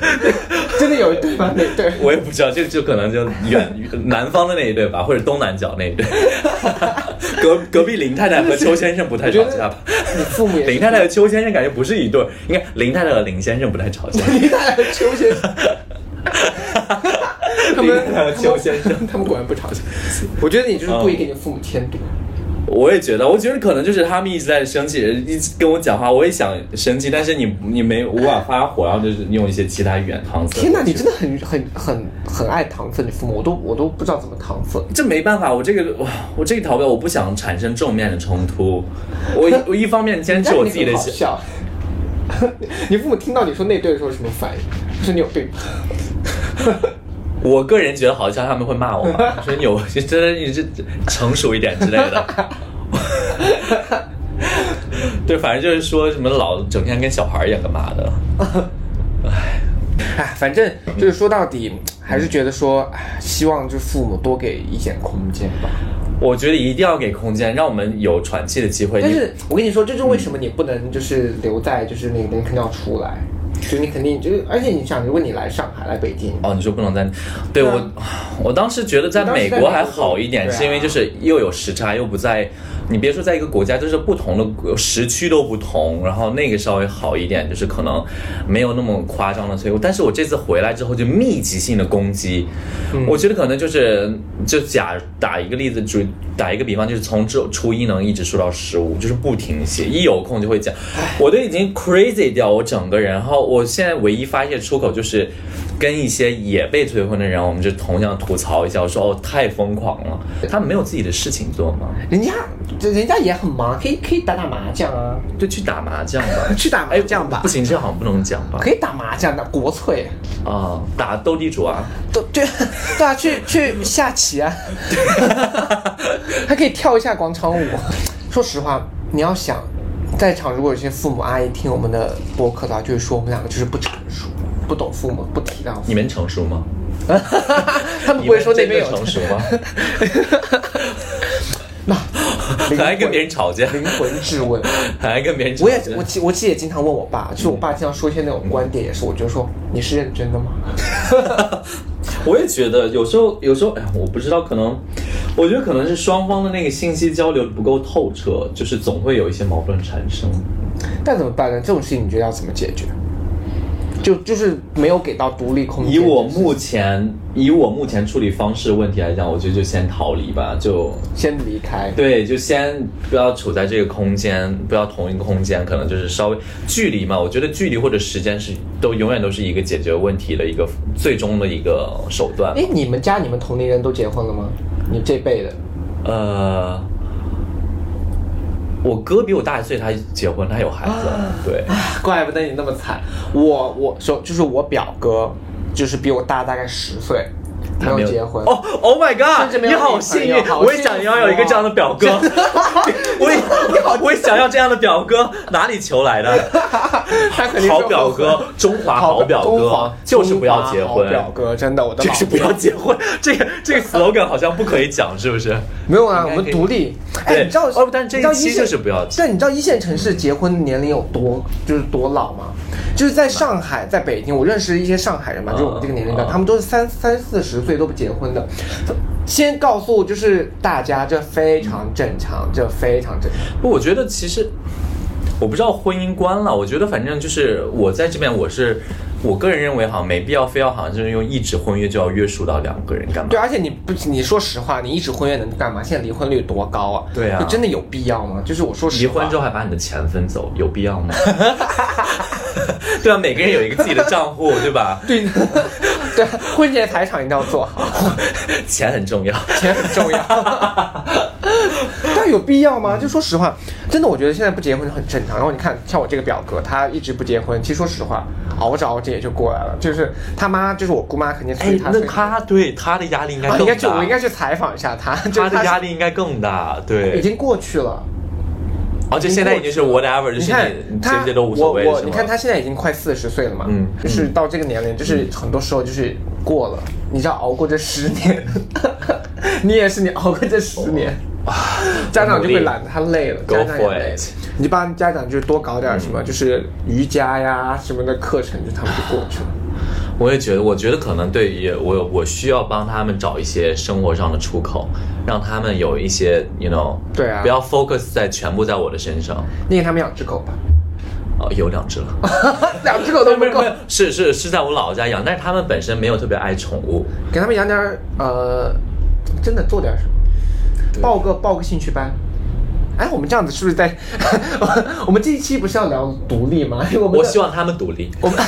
[SPEAKER 2] 真的有一对吗？哪对？
[SPEAKER 1] 我也不知道，这就可能就远南方的那一对吧，或者东南角那一对。 隔隔壁林太太和邱先生不太吵架吧？
[SPEAKER 2] 你父母也是
[SPEAKER 1] 林太太和邱先生感觉不是一对儿，应该林太太和林先生不太吵 架。
[SPEAKER 2] 林太太邱先 生，他
[SPEAKER 1] 林
[SPEAKER 2] 们
[SPEAKER 1] 太太和邱先生。
[SPEAKER 2] 他们果然不吵架。我觉得你就是故意给你父母添堵。
[SPEAKER 1] 我也觉得，我觉得可能就是他们一直在生气，一直跟我讲话，我也想生气，但是你你没无法发火，然后就是用一些其他语言搪塞。
[SPEAKER 2] 天哪，你真的很很很很爱搪塞你父母，我都我都不知道怎么搪塞。
[SPEAKER 1] 这没办法，我这个哇我这个逃不了，我不想产生正面的冲突。我 一我一方面坚持我自己的
[SPEAKER 2] 但是你很好笑。 你父母听到你说那对的时候有什么反应？说你有病吧。
[SPEAKER 1] 我个人觉得好像他们会骂我嘛，说你有 真的你这成熟一点之类的。 对，反正就是说什么老整天跟小孩儿一样干嘛的。
[SPEAKER 2] 哎，反正就是说到底，还是觉得说，哎希望就是父母多给一点空间吧。
[SPEAKER 1] 我觉得一定要给空间，让我们有喘气的机会。
[SPEAKER 2] 但
[SPEAKER 1] 你
[SPEAKER 2] 是我跟你说，这就是为什么你不能就是留在就是那个，你肯定要出来，就是你肯定就是，而且你想，如果你来上海来北京，
[SPEAKER 1] 哦，你说不能在，对
[SPEAKER 2] 对
[SPEAKER 1] 我
[SPEAKER 2] 啊，
[SPEAKER 1] 我当时觉得在
[SPEAKER 2] 你当时
[SPEAKER 1] 美
[SPEAKER 2] 在
[SPEAKER 1] 国
[SPEAKER 2] 美
[SPEAKER 1] 还
[SPEAKER 2] 国
[SPEAKER 1] 好一点，
[SPEAKER 2] 对啊
[SPEAKER 1] 是因为就是又有时差，又不在你别说在一个国家，就是不同的国时区都不同，然后那个稍微好一点，就是可能没有那么夸张的摧毁。但是我这次回来之后就密集性的攻击，
[SPEAKER 2] 嗯
[SPEAKER 1] 我觉得可能就是就假打一个例子，就打一个比方，就是从初初一能一直说到十五，就是不停歇，一有空就会讲，我都已经 crazy 掉我整个人。然后我现在唯一发泄出口就是跟一些也被催婚的人，我们就同样吐槽一下，我说哦太疯狂了，他们没有自己的事情做吗？
[SPEAKER 2] 人家人家也很忙，可以可以打打麻将啊，。
[SPEAKER 1] 就去打麻将吧
[SPEAKER 2] 啊
[SPEAKER 1] 哎
[SPEAKER 2] 去打麻将吧
[SPEAKER 1] 不行，这好像不能讲 吧？
[SPEAKER 2] 可以打麻将的国粹，
[SPEAKER 1] 啊，打斗地主啊，
[SPEAKER 2] 都对 对啊，去去下棋 啊，还可以跳一下广场舞。说实话，你要想在场，如果有些父母阿姨听我们的播客的话，就会说我们两个就是不成熟，不懂父母，不体谅父母。
[SPEAKER 1] 你们成熟吗？
[SPEAKER 2] 他们不会说那边
[SPEAKER 1] 你们真的
[SPEAKER 2] 有
[SPEAKER 1] 成熟 吗？
[SPEAKER 2] 那灵
[SPEAKER 1] 很爱跟
[SPEAKER 2] 魂
[SPEAKER 1] 别人吵架，
[SPEAKER 2] 灵魂质问。
[SPEAKER 1] 很爱跟别人吵
[SPEAKER 2] 我也
[SPEAKER 1] 架。
[SPEAKER 2] 我其我其实也经常问我爸，就是我爸经常说一些那种观点，也是我就说你是认真的吗？
[SPEAKER 1] 我也觉得有时候，有时候，哎呀，我不知道，可能，我觉得可能是双方的那个信息交流不够透彻，就是总会有一些矛盾产生。
[SPEAKER 2] 但怎么办呢？这种事情你觉得要怎么解决？就就是没有给到独立空间。
[SPEAKER 1] 以我目前以我目前处理方式问题来讲，我觉得就先逃离吧，就
[SPEAKER 2] 先离开，
[SPEAKER 1] 对，就先不要处在这个空间，不要同一个空间，可能就是稍微距离嘛。我觉得距离或者时间是都永远都是一个解决问题的一个最终的一个手段。
[SPEAKER 2] 哎，你们家你们同龄人都结婚了吗？你这辈的，
[SPEAKER 1] 呃，我哥比我大一岁，他结婚，他有孩子，对，
[SPEAKER 2] 怪不得你那么惨。我我说就是我表哥，就是比我大大概十岁，
[SPEAKER 1] 他
[SPEAKER 2] 没有结婚。
[SPEAKER 1] 哦，Oh my
[SPEAKER 2] 甚
[SPEAKER 1] God！
[SPEAKER 2] 至没
[SPEAKER 1] 你
[SPEAKER 2] 有
[SPEAKER 1] 好
[SPEAKER 2] 女朋
[SPEAKER 1] 幸
[SPEAKER 2] 友
[SPEAKER 1] 运，
[SPEAKER 2] 好
[SPEAKER 1] 我也
[SPEAKER 2] 幸
[SPEAKER 1] 想要有一个
[SPEAKER 2] 福
[SPEAKER 1] 这样的表哥， 我也我也想要这样的表哥，哪里求来的？
[SPEAKER 2] 他肯定是
[SPEAKER 1] 好表哥，中华好表
[SPEAKER 2] 中
[SPEAKER 1] 哥
[SPEAKER 2] 华，
[SPEAKER 1] 就是不要结
[SPEAKER 2] 中华
[SPEAKER 1] 婚
[SPEAKER 2] 好。表哥真的，我的
[SPEAKER 1] 就
[SPEAKER 2] 老
[SPEAKER 1] 是不要结婚， 这个这个 slogan 好像不可以讲，是不是？
[SPEAKER 2] 没有啊，
[SPEAKER 1] 应
[SPEAKER 2] 我
[SPEAKER 1] 该
[SPEAKER 2] 们
[SPEAKER 1] 可以
[SPEAKER 2] 独立。
[SPEAKER 1] 对
[SPEAKER 2] 哎，你知道
[SPEAKER 1] 哦但这一
[SPEAKER 2] 你知道
[SPEAKER 1] 期
[SPEAKER 2] 线
[SPEAKER 1] 就是不要
[SPEAKER 2] 但你知道一线城市结婚年龄有多就是多老吗？就是在上海，在北京，我认识一些上海人嘛，就是我们这个年龄段，
[SPEAKER 1] 嗯
[SPEAKER 2] 他们都是三三四十岁都不结婚的。先告诉就是大家，这非常正常，这非常正常。
[SPEAKER 1] 不，我觉得其实我不知道婚姻观了，我觉得反正就是我在这边，我是我个人认为好像没必要非要好像就是用一纸婚约就要约束到两个人干嘛
[SPEAKER 2] 对，？而且你不，你说实话，你一纸婚约能干嘛？现在离婚率多高啊？
[SPEAKER 1] 对啊
[SPEAKER 2] 就真的有必要吗？就是我说实
[SPEAKER 1] 离
[SPEAKER 2] 话，
[SPEAKER 1] 婚之后还把你的钱分走，有必要吗？ 对啊，每个人有一个自己的账 户，对吧？
[SPEAKER 2] 对 对，婚前财产一定要做好。
[SPEAKER 1] 钱很重要。
[SPEAKER 2] 钱很重要，但有必要吗？就说实话，真的，我觉得现在不结婚很正常。然后你看，像我这个表哥，他一直不结婚，其实说实话，熬着熬着也就过来了。就是他妈，就是我姑妈，肯定催
[SPEAKER 1] 哎，
[SPEAKER 2] 他。
[SPEAKER 1] 那
[SPEAKER 2] 催
[SPEAKER 1] 他对他的压力应该
[SPEAKER 2] 啊，
[SPEAKER 1] 更
[SPEAKER 2] 应
[SPEAKER 1] 大。
[SPEAKER 2] 该去，我应该去采访一下他。就是
[SPEAKER 1] 他的
[SPEAKER 2] 是
[SPEAKER 1] 压力应该更大，对。
[SPEAKER 2] 已经过去了。
[SPEAKER 1] 而且现在已经是 whatever，就
[SPEAKER 2] 你
[SPEAKER 1] 是
[SPEAKER 2] 看
[SPEAKER 1] 你这
[SPEAKER 2] 他，
[SPEAKER 1] 些都无所谓，
[SPEAKER 2] 我我
[SPEAKER 1] 是吗
[SPEAKER 2] 你看他现在已经快四十岁了嘛，
[SPEAKER 1] 嗯
[SPEAKER 2] 就是到这个年龄，就是很多时候就是过了，你知道熬过这十年， 你也是你熬过这十年， 家长就会懒得他累了，
[SPEAKER 1] 哦 Go
[SPEAKER 2] 家长也
[SPEAKER 1] for
[SPEAKER 2] 累了
[SPEAKER 1] it，嗯
[SPEAKER 2] 你就帮家长就多搞点什么，就是瑜伽呀什么的课程，就他们就 过去了。
[SPEAKER 1] 我也觉得，我觉得可能对于我，我需要帮他们找一些生活上的出口，让他们有一些，you know，
[SPEAKER 2] 对啊
[SPEAKER 1] 不要 focus 在全部在我的身上。
[SPEAKER 2] 你给他们养只狗吧，
[SPEAKER 1] 哦，有两只了，
[SPEAKER 2] 两只狗都不够，
[SPEAKER 1] 是是是在我姥姥家养，但是他们本身没有特别爱宠物。
[SPEAKER 2] 给他们养点儿呃，真的做点什么，报个报个兴趣班。哎，我们这样子是不是在？ 我们这一期不是要聊独立吗？我们
[SPEAKER 1] 我
[SPEAKER 2] 的
[SPEAKER 1] 希望他们独立，我 们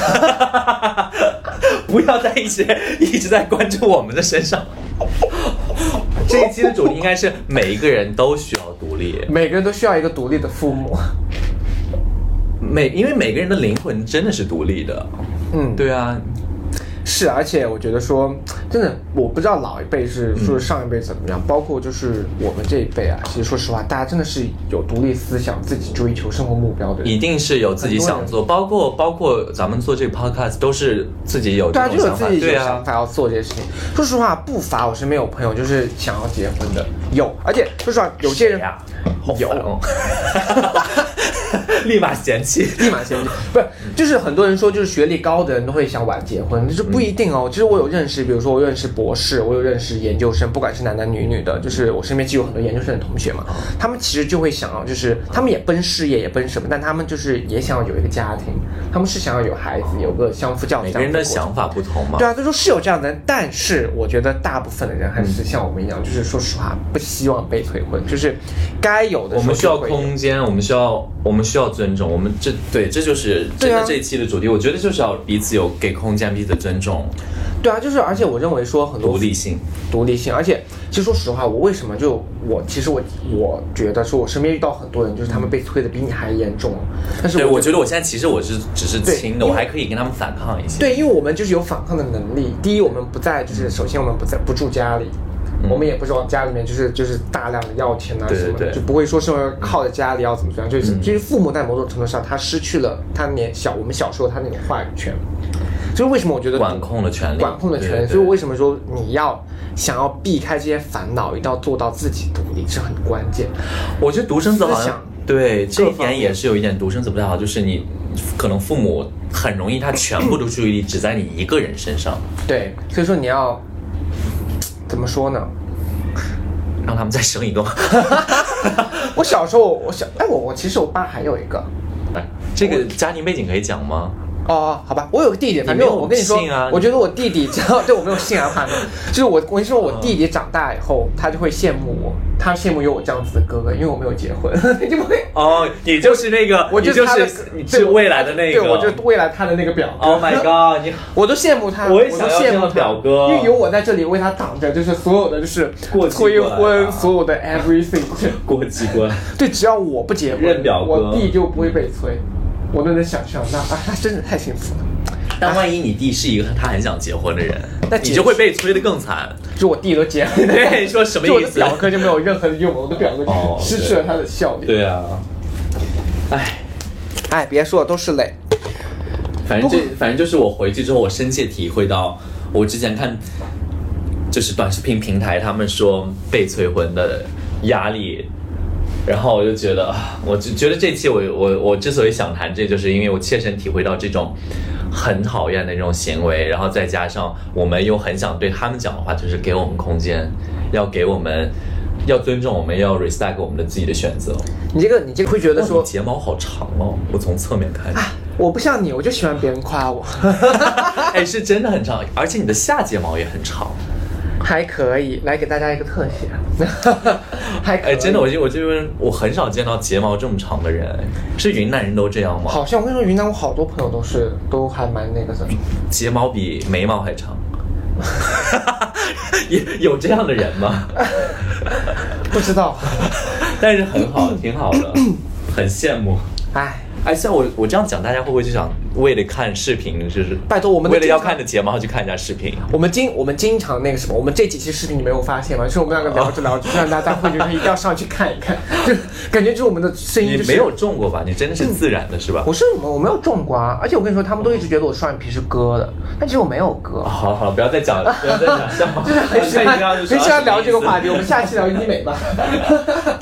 [SPEAKER 1] 不要在一直一直在关注我们的身上。这一期的主题应该是每一个人都需要独立，
[SPEAKER 2] 每个人都需要一个独立的父母。
[SPEAKER 1] 每因为每个人的灵魂真的是独立的。
[SPEAKER 2] 嗯，
[SPEAKER 1] 对啊，
[SPEAKER 2] 是，而且我觉得说，真的，我不知道老一辈是
[SPEAKER 1] 嗯
[SPEAKER 2] 说上一辈怎么样，包括就是我们这一辈啊，其实说实话，大家真的是有独立思想、自己追求生活目标的
[SPEAKER 1] 一
[SPEAKER 2] 人。
[SPEAKER 1] 定是有自己想做，包括包括咱们做这个 podcast 都是自己有
[SPEAKER 2] 对
[SPEAKER 1] 这
[SPEAKER 2] 啊，
[SPEAKER 1] 种
[SPEAKER 2] 就有
[SPEAKER 1] 想法，
[SPEAKER 2] 自己
[SPEAKER 1] 对
[SPEAKER 2] 有想
[SPEAKER 1] 啊，
[SPEAKER 2] 法要做这些事情。说实话，不乏我身边有朋友就是想要结
[SPEAKER 1] 哎啊
[SPEAKER 2] 婚的，有，而且说实话，有些人
[SPEAKER 1] 呀，好
[SPEAKER 2] 有
[SPEAKER 1] 烦哦。 立马嫌弃。
[SPEAKER 2] 立马先去，不是，就是 很多人说，就是学历高的人都会想晚结婚，这不一定哦。
[SPEAKER 1] 嗯
[SPEAKER 2] 其实我有认识，比如说我认识博士，我有认识研究生，不管是男男女女的，就是我身边就有很多研究生的同学嘛，
[SPEAKER 1] 嗯
[SPEAKER 2] 他们其实就会想要，就是他们也奔事业，也奔什么，但他们就是也想要有一个家庭，他们是想要有孩子，有个相夫教子。
[SPEAKER 1] 每个人的想法不同嘛
[SPEAKER 2] 对。啊，所以说是有这样的人，但是我觉得大部分的人还
[SPEAKER 1] 嗯
[SPEAKER 2] 是像我们一样，就是说实话，不希望被催婚，就是该有的
[SPEAKER 1] 我们需
[SPEAKER 2] 时候
[SPEAKER 1] 要
[SPEAKER 2] 就会有
[SPEAKER 1] 空间，我们需要，我们需要尊重，我们这对，这就是真
[SPEAKER 2] 对啊
[SPEAKER 1] 的这一期的主题。我觉得就是要彼此有给空间，彼此尊重，
[SPEAKER 2] 对啊，就是而且我认为说很多
[SPEAKER 1] 独立性。
[SPEAKER 2] 独立性，而且其实说实话，我为什么就我其实我我觉得说，我身边遇到很多人，就是他们被推的比你还严重，啊但是
[SPEAKER 1] 对，
[SPEAKER 2] 我
[SPEAKER 1] 我觉得我现在其实我是只是
[SPEAKER 2] 对
[SPEAKER 1] 轻的，
[SPEAKER 2] 因为
[SPEAKER 1] 我还可以跟他们反抗一些。
[SPEAKER 2] 对，因为我们就是有反抗的能力。第一，我们不在，
[SPEAKER 1] 嗯
[SPEAKER 2] 就是首先我们不在不住家里，我们也不是往家里面就是就是大量的要钱啊
[SPEAKER 1] 对
[SPEAKER 2] 什么
[SPEAKER 1] 对对
[SPEAKER 2] 的，
[SPEAKER 1] 嗯
[SPEAKER 2] 就不会说是靠着家里要怎么怎么样。就是就是父母在某种程度上，他失去了他年小我们小时候他那种话语权。所以为什么我觉得
[SPEAKER 1] 管控的权利，
[SPEAKER 2] 管控的
[SPEAKER 1] 对
[SPEAKER 2] 权
[SPEAKER 1] 对
[SPEAKER 2] 利。所以为什么说你要想要避开这些烦恼，一定要做到自己独立是很关键。
[SPEAKER 1] 我觉得独生子好
[SPEAKER 2] 思
[SPEAKER 1] 像
[SPEAKER 2] 想
[SPEAKER 1] 对这一
[SPEAKER 2] 方
[SPEAKER 1] 点
[SPEAKER 2] 面
[SPEAKER 1] 也是有一点独生子不太好，就是你可能父母很容易他全部的注意力只在你一个人身上，
[SPEAKER 2] 对，所以说你要怎么说呢？
[SPEAKER 1] 让他们再生 一个吧。
[SPEAKER 2] 我小时候，我小哎，我我其实我爸还有一个
[SPEAKER 1] 哎这个家庭背景可以讲吗？
[SPEAKER 2] 哦，好吧，我有个弟弟，反
[SPEAKER 1] 没
[SPEAKER 2] 正
[SPEAKER 1] 有
[SPEAKER 2] 我跟你说
[SPEAKER 1] 姓啊，
[SPEAKER 2] 我觉得我弟弟只要 对我没有信仰啊 反正就是我我跟你说，
[SPEAKER 1] 嗯
[SPEAKER 2] 我弟弟长大以后，他就会羡慕我，他羡慕有我这样子的哥哥，因为我没有结婚， 就不会。
[SPEAKER 1] 哦，你就是那个，
[SPEAKER 2] 我
[SPEAKER 1] 你
[SPEAKER 2] 就是
[SPEAKER 1] 就
[SPEAKER 2] 他的
[SPEAKER 1] 是你是未来的那个，
[SPEAKER 2] 对，我就未来他的那个表哥。
[SPEAKER 1] Oh my god！你
[SPEAKER 2] 我都羡慕他，
[SPEAKER 1] 我
[SPEAKER 2] 我
[SPEAKER 1] 也想要
[SPEAKER 2] 都羡
[SPEAKER 1] 这样
[SPEAKER 2] 慕
[SPEAKER 1] 的
[SPEAKER 2] 他
[SPEAKER 1] 表哥
[SPEAKER 2] 因为有我在这里为他挡着，就是所有的就是
[SPEAKER 1] 过继过来
[SPEAKER 2] 催
[SPEAKER 1] 啊
[SPEAKER 2] 婚，所有 的 everything。
[SPEAKER 1] 过继过来，
[SPEAKER 2] 对，只要我不结
[SPEAKER 1] 认
[SPEAKER 2] 婚
[SPEAKER 1] 表，哥
[SPEAKER 2] 我弟就不会被催，我都能想象到啊，他真的太幸福了。
[SPEAKER 1] 但万一你弟是一个他很想结婚的人，
[SPEAKER 2] 那
[SPEAKER 1] 你就会被催得更惨。
[SPEAKER 2] 就我弟都结婚，
[SPEAKER 1] 对，说什么
[SPEAKER 2] 就我
[SPEAKER 1] 意
[SPEAKER 2] 的
[SPEAKER 1] 思？
[SPEAKER 2] 表哥就没有任何的用，我的表哥
[SPEAKER 1] 哦
[SPEAKER 2] 就失去了他的效力。
[SPEAKER 1] 对啊，哎。
[SPEAKER 2] 哎，别说了，都是泪。
[SPEAKER 1] 反正这反正就是我回去之后，我深切体会到，我之前看就是短视频平台他们说被催婚的压力，然后我就觉得，啊我就觉得这期我我我之所以想谈这，就是因为我切身体会到这种很讨厌的这种行为，然后再加上我们又很想对他们讲的话，就是给我们空间，要给我们。要尊重我们，要 respect 我们的自己的选择。
[SPEAKER 2] 你这个，你这个会觉得
[SPEAKER 1] 但是
[SPEAKER 2] 说，
[SPEAKER 1] 睫毛好长哦，我从侧面看。
[SPEAKER 2] 我不像你，我就喜欢别人夸我，
[SPEAKER 1] 哎，是真的很长，而且你的下睫毛也很长。
[SPEAKER 2] 还可以。来给大家一个特写， 还可以。
[SPEAKER 1] 哎，真的，我这我这边我很少见到睫毛这么长的人，是云南人都这样吗？
[SPEAKER 2] 好像我跟你说，云南我好多朋友都是都还蛮那个什么，
[SPEAKER 1] 睫毛比眉毛还长， 也有这样的人吗？
[SPEAKER 2] 不知道。
[SPEAKER 1] 但是很好，挺好的，很羡慕。
[SPEAKER 2] 哎，
[SPEAKER 1] 哎，像我我这样讲，大家会不会就想为了看视频，就是
[SPEAKER 2] 拜托我们的
[SPEAKER 1] 为了要
[SPEAKER 2] 经常
[SPEAKER 1] 看的睫毛去看一下视频？
[SPEAKER 2] 我们经我们经常那个什么，我们这几期视频你没有发现吗？就是我们两个聊 着聊着，就让大家会觉得一定要上去看一看，就感觉就是我们的声音
[SPEAKER 1] 你
[SPEAKER 2] 就是嗯
[SPEAKER 1] 没有种过吧？你真的是自然的，是吧？
[SPEAKER 2] 我是我没有种过啊，而且我跟你说，他们都一直觉得我双眼皮是割的，但其实我没有割。
[SPEAKER 1] 好了好了，不要再讲，不要再讲 笑话，
[SPEAKER 2] 就是很喜欢很喜
[SPEAKER 1] 啊
[SPEAKER 2] 欢聊这个话
[SPEAKER 1] 题。
[SPEAKER 2] 题，我们下期聊医美吧。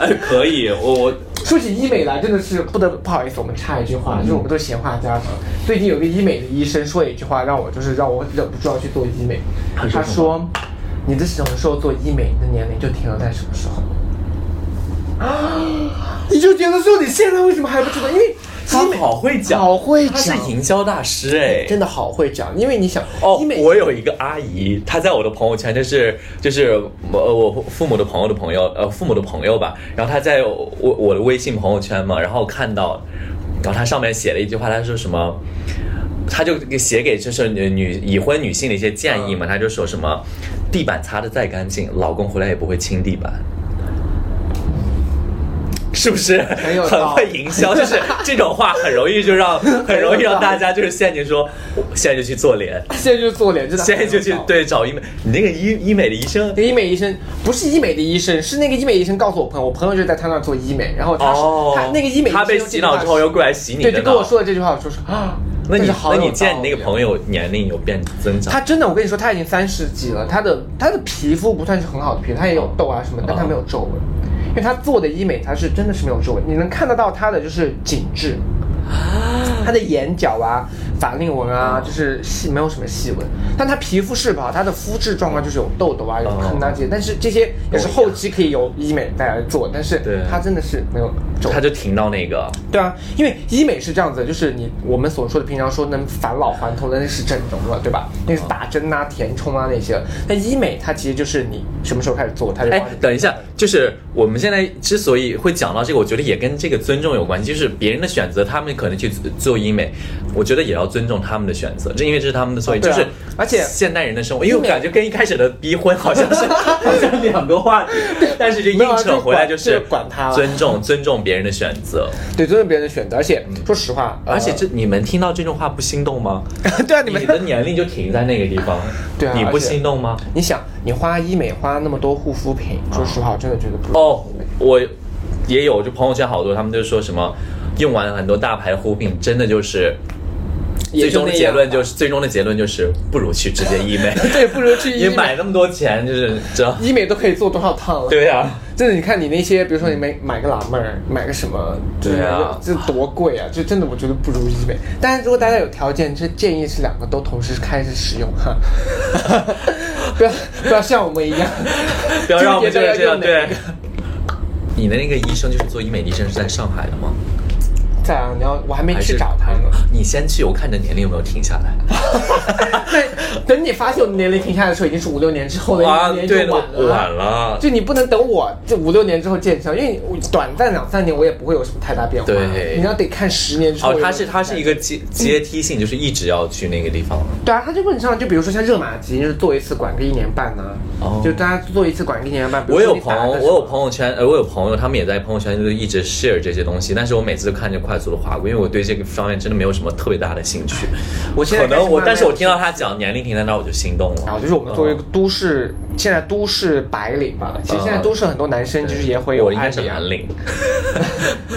[SPEAKER 1] 哎， 可以，我我
[SPEAKER 2] 说起医美来，真的是不得不好意思，我们插一句话，
[SPEAKER 1] 嗯
[SPEAKER 2] 就是我们都闲话家常。最近有个医美的医生说了一句话，让我就是让我忍不住要去做医美。
[SPEAKER 1] 他说什么
[SPEAKER 2] 他说：“你的什么时候做医美，你的年龄就停留在什么时候。”啊，你就觉得说你现在为什么还不知道？因为医
[SPEAKER 1] 他
[SPEAKER 2] 美
[SPEAKER 1] 好会讲，
[SPEAKER 2] 好会
[SPEAKER 1] 他是
[SPEAKER 2] 讲，
[SPEAKER 1] 营销大师哎、
[SPEAKER 2] 真的好会讲，因为你想
[SPEAKER 1] 哦
[SPEAKER 2] 医美，
[SPEAKER 1] 我有一个阿姨，她在我的朋友圈，就是就是呃我父母的朋友的朋友，呃父母的朋友吧。然后她在我我的微信朋友圈嘛，然后看到，然后她上面写了一句话，她说什么？她就给写给就是女女已婚女性的一些建
[SPEAKER 2] 嗯
[SPEAKER 1] 议嘛，她就说什么，地板擦的再干净，老公回来也不会亲地板。是不是
[SPEAKER 2] 很有
[SPEAKER 1] 很
[SPEAKER 2] 道
[SPEAKER 1] 会
[SPEAKER 2] 理
[SPEAKER 1] 营销？就是这种话很容易就让很容易让大家就是陷进说，我现在就去做脸，
[SPEAKER 2] 现在就做脸，真的
[SPEAKER 1] 现在就去
[SPEAKER 2] 很有道理
[SPEAKER 1] 对找医美，你那个医医美的医生
[SPEAKER 2] 那个医美医生不是医美的医生，是那个医美医生告诉我朋友，我朋友就在他那儿做医美，然后他是、
[SPEAKER 1] 哦，
[SPEAKER 2] 他那个医美医生
[SPEAKER 1] 他被
[SPEAKER 2] 就
[SPEAKER 1] 洗脑之后又过来洗你的
[SPEAKER 2] 对，
[SPEAKER 1] 脑，
[SPEAKER 2] 就跟我说了这句话，我说是啊，
[SPEAKER 1] 那
[SPEAKER 2] 但
[SPEAKER 1] 你
[SPEAKER 2] 是好
[SPEAKER 1] 那
[SPEAKER 2] 有
[SPEAKER 1] 你见
[SPEAKER 2] 道
[SPEAKER 1] 你那个
[SPEAKER 2] 理啊
[SPEAKER 1] 朋友年龄有变增长？
[SPEAKER 2] 他真的，我跟你说，他已经三十几了，他的他的皮肤不算是很好的皮肤，他也有痘啊什么，但他没有皱纹。因为他做的医美，他是真的是没有皱纹，你能看得到他的就是紧致，他的眼角啊、法令纹啊，就是细没有什么细纹，但他皮肤是不好，他的肤质状况就是有痘痘啊、有坑啊这些，但是这些也是后期可以由医美带来做，但是
[SPEAKER 1] 对
[SPEAKER 2] 他真的是没有皱纹
[SPEAKER 1] 他。就停到那个，
[SPEAKER 2] 对啊，因为医美是这样子的，就是你我们所说的平常说能返老还童的那是整容了，对吧？那是打针啊、填充啊那些。但医美它其实就是你什么时候开始做，它就
[SPEAKER 1] 哎，等一下，就是我们现在之所以会讲到这个，我觉得也跟这个尊重有关系，就是别人的选择，他们可能去做医美，我觉得也要尊重他们的选择，这因为这是他们的所以、
[SPEAKER 2] 啊对啊
[SPEAKER 1] 就是
[SPEAKER 2] 而且
[SPEAKER 1] 现代人的生活，因为我感觉跟一开始的逼婚好像 是 好像两个话题，但是就
[SPEAKER 2] 没有啊
[SPEAKER 1] 硬扯回来
[SPEAKER 2] 就
[SPEAKER 1] 就是
[SPEAKER 2] 管管他了
[SPEAKER 1] 尊重尊重别人的选择，
[SPEAKER 2] 对尊重别人的选择。而且说实话，呃
[SPEAKER 1] 而且这你们听到这种话不心动吗？
[SPEAKER 2] 对 啊，你们
[SPEAKER 1] 你的年龄就停在那个地方，
[SPEAKER 2] 对啊
[SPEAKER 1] 你不
[SPEAKER 2] 而且
[SPEAKER 1] 心动吗？
[SPEAKER 2] 你想，你花医美花那么多护肤品，说实话，我真的觉得不
[SPEAKER 1] 哦，我也有，就朋友圈好多，他们就说什么用完很多大牌护肤品，真的就是。
[SPEAKER 2] 也
[SPEAKER 1] 最
[SPEAKER 2] 就
[SPEAKER 1] 终的
[SPEAKER 2] 那
[SPEAKER 1] 结
[SPEAKER 2] 样
[SPEAKER 1] 论
[SPEAKER 2] 吧
[SPEAKER 1] 就是，最终的结论就是不如去 直接医美。
[SPEAKER 2] 对，不如去
[SPEAKER 1] 你
[SPEAKER 2] 医
[SPEAKER 1] 买
[SPEAKER 2] 美，
[SPEAKER 1] 那么多钱，就是知 道？
[SPEAKER 2] 医美都可以做多少趟了？
[SPEAKER 1] 对啊呀、
[SPEAKER 2] 真的，你看你那些，比如说你买买个辣妹儿，买个什么，就
[SPEAKER 1] 嗯
[SPEAKER 2] 是
[SPEAKER 1] 对啊
[SPEAKER 2] 这多贵啊！就真的，我觉得不如医美。但是如果大家有条件，这建议是两个都同时开始使用 哈，不要不要像我们一样，
[SPEAKER 1] 不要让我们
[SPEAKER 2] 纠
[SPEAKER 1] 就
[SPEAKER 2] 结
[SPEAKER 1] 是
[SPEAKER 2] 到
[SPEAKER 1] 这
[SPEAKER 2] 要
[SPEAKER 1] 样。
[SPEAKER 2] 用哪
[SPEAKER 1] 对
[SPEAKER 2] 一个。
[SPEAKER 1] 你的那个医生就是做医美的医生是在上海的吗？
[SPEAKER 2] 再啊，你要我还没
[SPEAKER 1] 还
[SPEAKER 2] 去
[SPEAKER 1] 是
[SPEAKER 2] 找他呢。
[SPEAKER 1] 你先去，我看你的年龄有没有停下 来。
[SPEAKER 2] 那等你发现我的年龄停下来的时候，已经是五六年之后的一年就
[SPEAKER 1] 啊对，
[SPEAKER 2] 晚
[SPEAKER 1] 我
[SPEAKER 2] 了。
[SPEAKER 1] 晚了。
[SPEAKER 2] 就你不能等我这五六年之后见效，因为我短暂两三年我也不会有什么太大变化。
[SPEAKER 1] 对
[SPEAKER 2] 你要得看十年之后
[SPEAKER 1] 哦
[SPEAKER 2] 有，没有
[SPEAKER 1] 它
[SPEAKER 2] 改变。
[SPEAKER 1] 是它是一个阶阶梯性，就是一直要去那个地方。
[SPEAKER 2] 对啊，他就问上，就比如说像热玛吉，就是做一次管个一年半呢、
[SPEAKER 1] 哦
[SPEAKER 2] 就大家做一次管个一年半。比如
[SPEAKER 1] 我
[SPEAKER 2] 说
[SPEAKER 1] 有
[SPEAKER 2] 你
[SPEAKER 1] 朋
[SPEAKER 2] 打
[SPEAKER 1] 友，
[SPEAKER 2] 个
[SPEAKER 1] 我
[SPEAKER 2] 什么
[SPEAKER 1] 有朋友圈，呃，我有朋友，他们也在朋友圈就是一直 share 这些东西，但是我每次都看着快速的划过，因为我对这个方面真的没有什么特别大的兴趣。
[SPEAKER 2] 啊我现在
[SPEAKER 1] 可能我，
[SPEAKER 2] 开始慢慢
[SPEAKER 1] 但是我听到他讲年龄停在那儿，我就心动
[SPEAKER 2] 然
[SPEAKER 1] 了
[SPEAKER 2] 后。就是我们作为一个
[SPEAKER 1] 嗯
[SPEAKER 2] 都市，现在都市白领吧，其实现在都市很多男生就是也会有
[SPEAKER 1] 我应该
[SPEAKER 2] 爱
[SPEAKER 1] 是
[SPEAKER 2] 美啊
[SPEAKER 1] 蓝。领。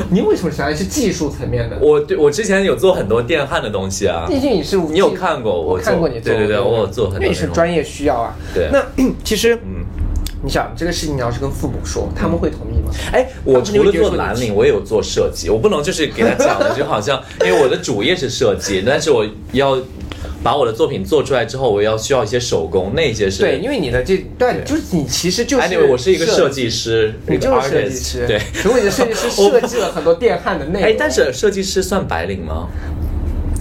[SPEAKER 2] 你为什么想要是技术层面的？
[SPEAKER 1] 我对我之前有做很多电焊的东西啊，
[SPEAKER 2] 毕竟你是
[SPEAKER 1] 你有看过我
[SPEAKER 2] 我看
[SPEAKER 1] 做
[SPEAKER 2] 过你做
[SPEAKER 1] 对对对我有做很多
[SPEAKER 2] 因为你是
[SPEAKER 1] 那种
[SPEAKER 2] 专业需要啊。
[SPEAKER 1] 对
[SPEAKER 2] 那 其实
[SPEAKER 1] 嗯，
[SPEAKER 2] 你想这个事情，你要是跟父母说，他们会同意吗？
[SPEAKER 1] 哎，我除了做
[SPEAKER 2] 他们就会觉得
[SPEAKER 1] 蓝
[SPEAKER 2] 说你
[SPEAKER 1] 领，我也有做设计，我不能就是给他讲 的，就好像因为我的主业是设计，但是我要把我的作品做出来之后，我要需要一些手工，那些是
[SPEAKER 2] 对，因为你的这对，就是你其实就是
[SPEAKER 1] anyway，我是一个设计师，
[SPEAKER 2] 你
[SPEAKER 1] 个
[SPEAKER 2] 就是设计
[SPEAKER 1] artist，
[SPEAKER 2] 师， 哎
[SPEAKER 1] 对。
[SPEAKER 2] 如果你的设计师
[SPEAKER 1] 我
[SPEAKER 2] 设计了很多电焊的内容，
[SPEAKER 1] 哎，但是设计师算白领吗？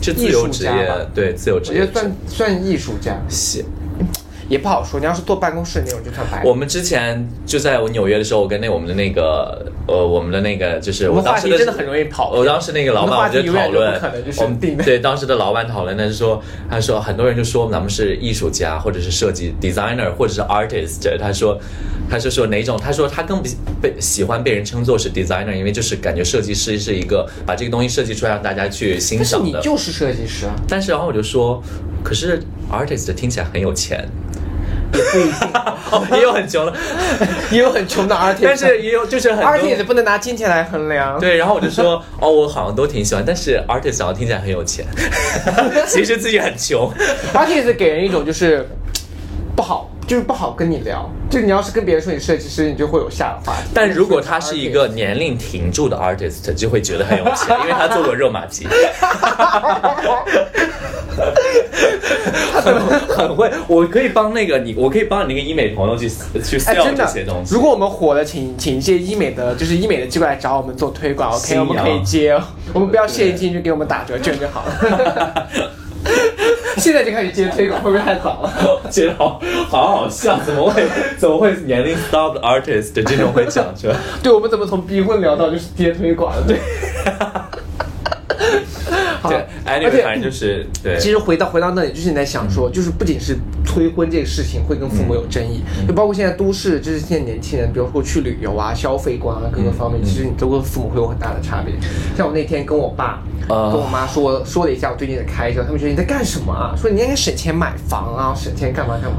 [SPEAKER 1] 是自由职
[SPEAKER 2] 艺术家
[SPEAKER 1] 业
[SPEAKER 2] 吧，
[SPEAKER 1] 对，自由
[SPEAKER 2] 我
[SPEAKER 1] 职
[SPEAKER 2] 觉
[SPEAKER 1] 业
[SPEAKER 2] 得算算艺术家
[SPEAKER 1] 是。
[SPEAKER 2] 也不好说。你要是坐办公室那种，就算白领。
[SPEAKER 1] 我们之前就在我纽约的时候，我跟那我们的那个呃，我们的那个就是
[SPEAKER 2] 我们
[SPEAKER 1] 当
[SPEAKER 2] 话
[SPEAKER 1] 时
[SPEAKER 2] 题
[SPEAKER 1] 的
[SPEAKER 2] 真的很容易跑
[SPEAKER 1] 我当时那个老板
[SPEAKER 2] 我们的话
[SPEAKER 1] 我
[SPEAKER 2] 题
[SPEAKER 1] 就讨
[SPEAKER 2] 永远
[SPEAKER 1] 论
[SPEAKER 2] 都不可能就，是
[SPEAKER 1] 我们
[SPEAKER 2] 定的
[SPEAKER 1] 对当时的老板讨论，他就说他说很多人就说咱们是艺术家或者是设计 designer 或者是 artist，他说他就说哪种，他说他更不被喜欢被人称作是 designer，因为就是感觉设计师是一个把这个东西设计出来让大家去欣
[SPEAKER 2] 但是
[SPEAKER 1] 赏
[SPEAKER 2] 你
[SPEAKER 1] 的。
[SPEAKER 2] 就是设计 师啊，
[SPEAKER 1] 但是然后我就说，可是 artist 听起来很有钱，
[SPEAKER 2] 也不一定，
[SPEAKER 1] 也有很穷的，
[SPEAKER 2] 也有 很穷的 artist，啊
[SPEAKER 1] 但是也有就是很多
[SPEAKER 2] artist 不能拿金钱来衡量。
[SPEAKER 1] 对，然后我就说， 哦，我好像都挺喜欢，但是 artist 好像听起来很有钱， 其实自己很穷。
[SPEAKER 2] artist 给人一种就是不好，就是不好跟你聊。就你要是跟别人说你设计师，你就会有下个话题。
[SPEAKER 1] 但如果他是一个年龄停住的 artist，就会觉得很有 钱，因为他做过热玛吉，很很会。我可以帮那个你，我可以帮你那个医美朋友去去
[SPEAKER 2] 哎，
[SPEAKER 1] sell
[SPEAKER 2] 真
[SPEAKER 1] 这
[SPEAKER 2] 的
[SPEAKER 1] 些东，西。
[SPEAKER 2] 如果我们火了，请请一些医美的，就是医美的机构来找我们做推 广
[SPEAKER 1] 信
[SPEAKER 2] ，OK，我
[SPEAKER 1] 仰
[SPEAKER 2] 们可以接哦，我们不要现金就给我们打折券就好 了。现在就开始接推广，会不会太早了？
[SPEAKER 1] 觉得好好好笑，怎么会怎么会年龄 stop 的 artist 这种会讲出来？
[SPEAKER 2] 对，我们怎么从逼婚聊到就是接推广？ 对。好
[SPEAKER 1] 对，
[SPEAKER 2] 而
[SPEAKER 1] ，anyway，反正
[SPEAKER 2] 且
[SPEAKER 1] 就是对。嗯
[SPEAKER 2] 其实回到回到那里，就是你在想说，就是不仅是催婚这个事情会跟父母有争议，
[SPEAKER 1] 嗯
[SPEAKER 2] 就包括现在都市，就是现在年轻人，比如说去旅游啊、消费观啊
[SPEAKER 1] 嗯
[SPEAKER 2] 各个方面，其实你都跟父母会有很大的差别。像我那天跟我爸、
[SPEAKER 1] 啊
[SPEAKER 2] 跟我妈说说了一下我最近的开销，他们觉得你在干什么啊？说你应该省钱买房啊，省钱干嘛干 嘛，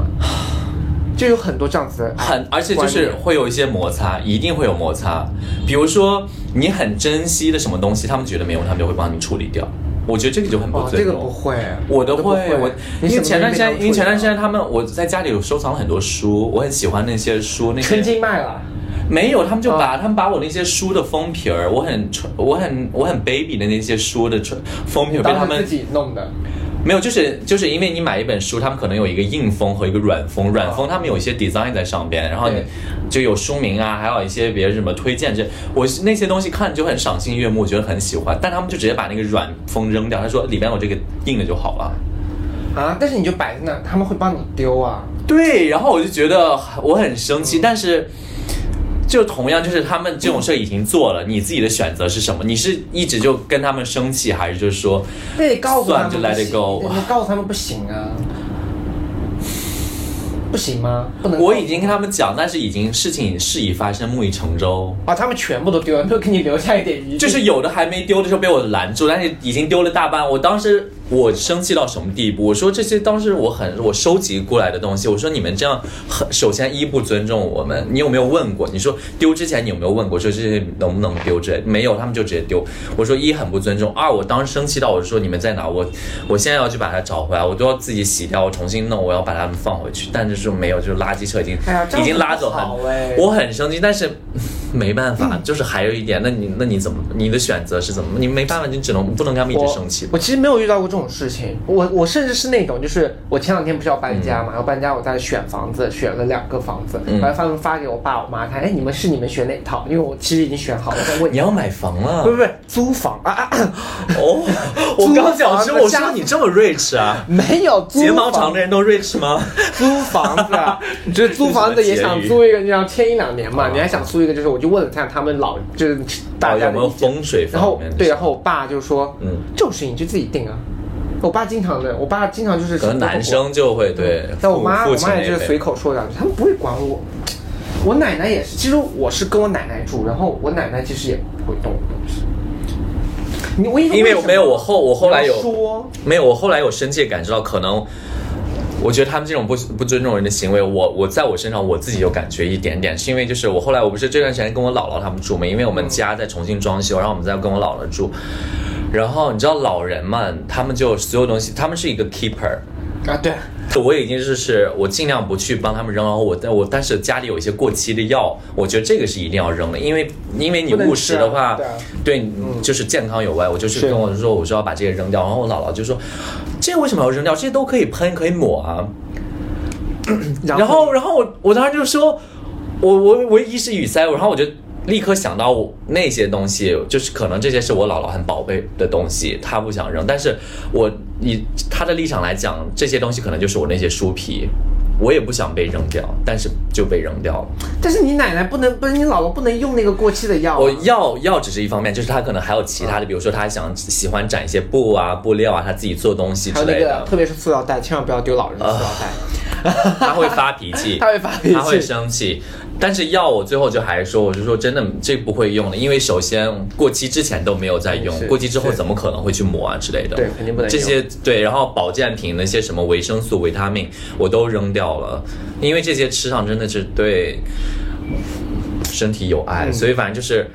[SPEAKER 2] 就有很多这样子的
[SPEAKER 1] 很，而且就是
[SPEAKER 2] 观念
[SPEAKER 1] 会有一些摩擦，一定会有摩擦。比如说你很珍惜的什么东西，他们觉得没有，他们就会帮你处理掉。我觉得这个就很不
[SPEAKER 2] 哦，
[SPEAKER 1] 尊
[SPEAKER 2] 这个
[SPEAKER 1] 重。
[SPEAKER 2] 不会，
[SPEAKER 1] 我都
[SPEAKER 2] 不
[SPEAKER 1] 会，我因
[SPEAKER 2] 你什
[SPEAKER 1] 为
[SPEAKER 2] 么
[SPEAKER 1] 前段时
[SPEAKER 2] 都
[SPEAKER 1] 间，
[SPEAKER 2] 没
[SPEAKER 1] 因为前段
[SPEAKER 2] 处理
[SPEAKER 1] 时间他们我在家里有收藏了很多书，我很喜欢那些书，那
[SPEAKER 2] 到陈
[SPEAKER 1] 些
[SPEAKER 2] 经麦了。
[SPEAKER 1] 没有，他们就
[SPEAKER 2] 啊
[SPEAKER 1] 把、他们把我那些书的封皮儿，我很纯我很我很 baby 的那些书的纯封皮儿被他
[SPEAKER 2] 当时
[SPEAKER 1] 们
[SPEAKER 2] 自己弄的，
[SPEAKER 1] 没有，就是就是因为你买一本书，他们可能有一个硬封和一个软封，软封他们有一些 design 在上边，然后你
[SPEAKER 2] 对
[SPEAKER 1] 就有书名啊，还有一些别人什么推荐这，我是那些东西看着就很赏心悦目，我觉得很喜欢，但他们就直接把那个软封扔掉，他说里边有这个硬的就好了。
[SPEAKER 2] 啊，但是你就摆在那，他们会帮你丢啊。
[SPEAKER 1] 对，然后我就觉得我很生气，但是就同样就是他们这种事已经做了，你自己的选择是什么？你是一直就跟他们生气，还是就是说
[SPEAKER 2] 那得告诉他
[SPEAKER 1] 算
[SPEAKER 2] 们
[SPEAKER 1] 就
[SPEAKER 2] 不
[SPEAKER 1] let
[SPEAKER 2] 行
[SPEAKER 1] it go？
[SPEAKER 2] 对你告诉他们不行啊，不行吗？不能告诉。
[SPEAKER 1] 我已经跟他们讲，但是已经事情事已发生，木已成舟。
[SPEAKER 2] 啊，他们全部都丢了，没有给你留下一点余地。
[SPEAKER 1] 就是有的还没丢的时候被我拦住，但是已经丢了大半。我当时我生气到什么地步？我说这些当时我很我收集过来的东西，我说你们这样很首先一不尊重我们，你有没有问过？你说丢之前你有没有问过说这些能不能丢之类？没有，他们就直接丢。我说一很不尊重，二我当时生气到我说你们在哪？我我现在要去把它找回来，我都要自己洗掉，我重新弄，我要把它们放回去。但是说没有，就是垃圾车已经、
[SPEAKER 2] 哎呀这样
[SPEAKER 1] 已经拉走
[SPEAKER 2] 不好哎
[SPEAKER 1] 很，我很生气，但是 嗯没办法，就是还有一点，那你那你怎么，你的选择是怎么？你没办法，你只能不能跟他们一直
[SPEAKER 2] 我
[SPEAKER 1] 生气吧
[SPEAKER 2] 我其实没有遇到过这种事情，我我甚至是那种，就是我前两天不是要搬家嘛，要搬家，我在选房子，选了两个房子，
[SPEAKER 1] 嗯
[SPEAKER 2] 然后他们发给我爸我妈看，哎，你们是你们选哪套？因为我其实已经选好了，在 问
[SPEAKER 1] 你。要买房了
[SPEAKER 2] 不是不是租房啊啊，啊
[SPEAKER 1] 哦！我刚想说，我说你这么 rich 啊？
[SPEAKER 2] 没有 租
[SPEAKER 1] 睫毛长
[SPEAKER 2] 房
[SPEAKER 1] 的人都 rich 吗？
[SPEAKER 2] 租房子 啊，就是租房子也想租一个，你想签一两年
[SPEAKER 1] 啊
[SPEAKER 2] 嘛，你还想租一个，就是我就问了看他们老就是 大
[SPEAKER 1] 哦
[SPEAKER 2] 家
[SPEAKER 1] 有
[SPEAKER 2] 的
[SPEAKER 1] 没
[SPEAKER 2] 意
[SPEAKER 1] 有
[SPEAKER 2] 见，
[SPEAKER 1] 风水
[SPEAKER 2] 然
[SPEAKER 1] 方
[SPEAKER 2] 后
[SPEAKER 1] 面的？
[SPEAKER 2] 对，啊然后我爸就说，
[SPEAKER 1] 嗯
[SPEAKER 2] 这种事情你就自己定啊。我爸经常的，我爸经常就是
[SPEAKER 1] 可能男生就会对，
[SPEAKER 2] 但我妈
[SPEAKER 1] 父
[SPEAKER 2] 我
[SPEAKER 1] 父亲
[SPEAKER 2] 妈也就
[SPEAKER 1] 那
[SPEAKER 2] 是
[SPEAKER 1] 辈
[SPEAKER 2] 随口说两句，他们不会管我。我奶奶也是，其实我是跟我奶奶住，然后我奶奶其实也不会动我东西。你我
[SPEAKER 1] 因为我没有我后我后来有
[SPEAKER 2] 说，
[SPEAKER 1] 没有，我后来有深切感知到，可能我觉得他们这种不不尊重人的行为，我我在我身上我自己有感觉一点点，是因为就是我后来我不是这段时间跟我姥姥他们住嘛，因为我们家在重新装修，然后我们在跟我姥姥住，然后你知道老人们他们就所有东西，他们是一个 keeper。
[SPEAKER 2] 啊，对，
[SPEAKER 1] 我已经就是我尽量不去帮他们扔，然后我但我但是家里有一些过期的药，我觉得这个是一定要扔的，因为因为你
[SPEAKER 2] 不能吃啊
[SPEAKER 1] 误食的话，
[SPEAKER 2] 对啊
[SPEAKER 1] 对你就是健康有害。我就是
[SPEAKER 2] 是
[SPEAKER 1] 跟我说我说要把这个扔掉，然后我姥姥就说这为什么要扔掉？这些都可以喷可以抹啊。然后然后我我当时就说，我我我一时语塞，然后我就。立刻想到我那些东西，就是可能这些是我姥姥很宝贝的东西，她不想扔。但是我以她的立场来讲，这些东西可能就是我那些书皮，我也不想被扔掉，但是就被扔掉了。
[SPEAKER 2] 但是你奶奶不能，不是你姥姥不能用那个过期的药啊、啊
[SPEAKER 1] 我药药只是一方面，就是她可能还有其他的，比如说她想喜欢展一些布啊、布料啊，她自己做东西
[SPEAKER 2] 还
[SPEAKER 1] 之
[SPEAKER 2] 有那
[SPEAKER 1] 类
[SPEAKER 2] 个，
[SPEAKER 1] 的，
[SPEAKER 2] 特别是塑料袋，千万不要丢老人的塑料袋。
[SPEAKER 1] 她会发脾 气，
[SPEAKER 2] 他会发脾
[SPEAKER 1] 他会
[SPEAKER 2] 气，
[SPEAKER 1] 生气，但是药我最后就还说，我就说真的这不会用的，因为首先过期之前都没有在用
[SPEAKER 2] 是，
[SPEAKER 1] 过期之后
[SPEAKER 2] 是
[SPEAKER 1] 怎么可能会去抹啊之类的？
[SPEAKER 2] 对肯定不能用
[SPEAKER 1] 这些对，然后保健品那些什么维生素、维他命我都扔掉了，因为这些吃上真的是对身体有害，
[SPEAKER 2] 嗯
[SPEAKER 1] 所以反正就是。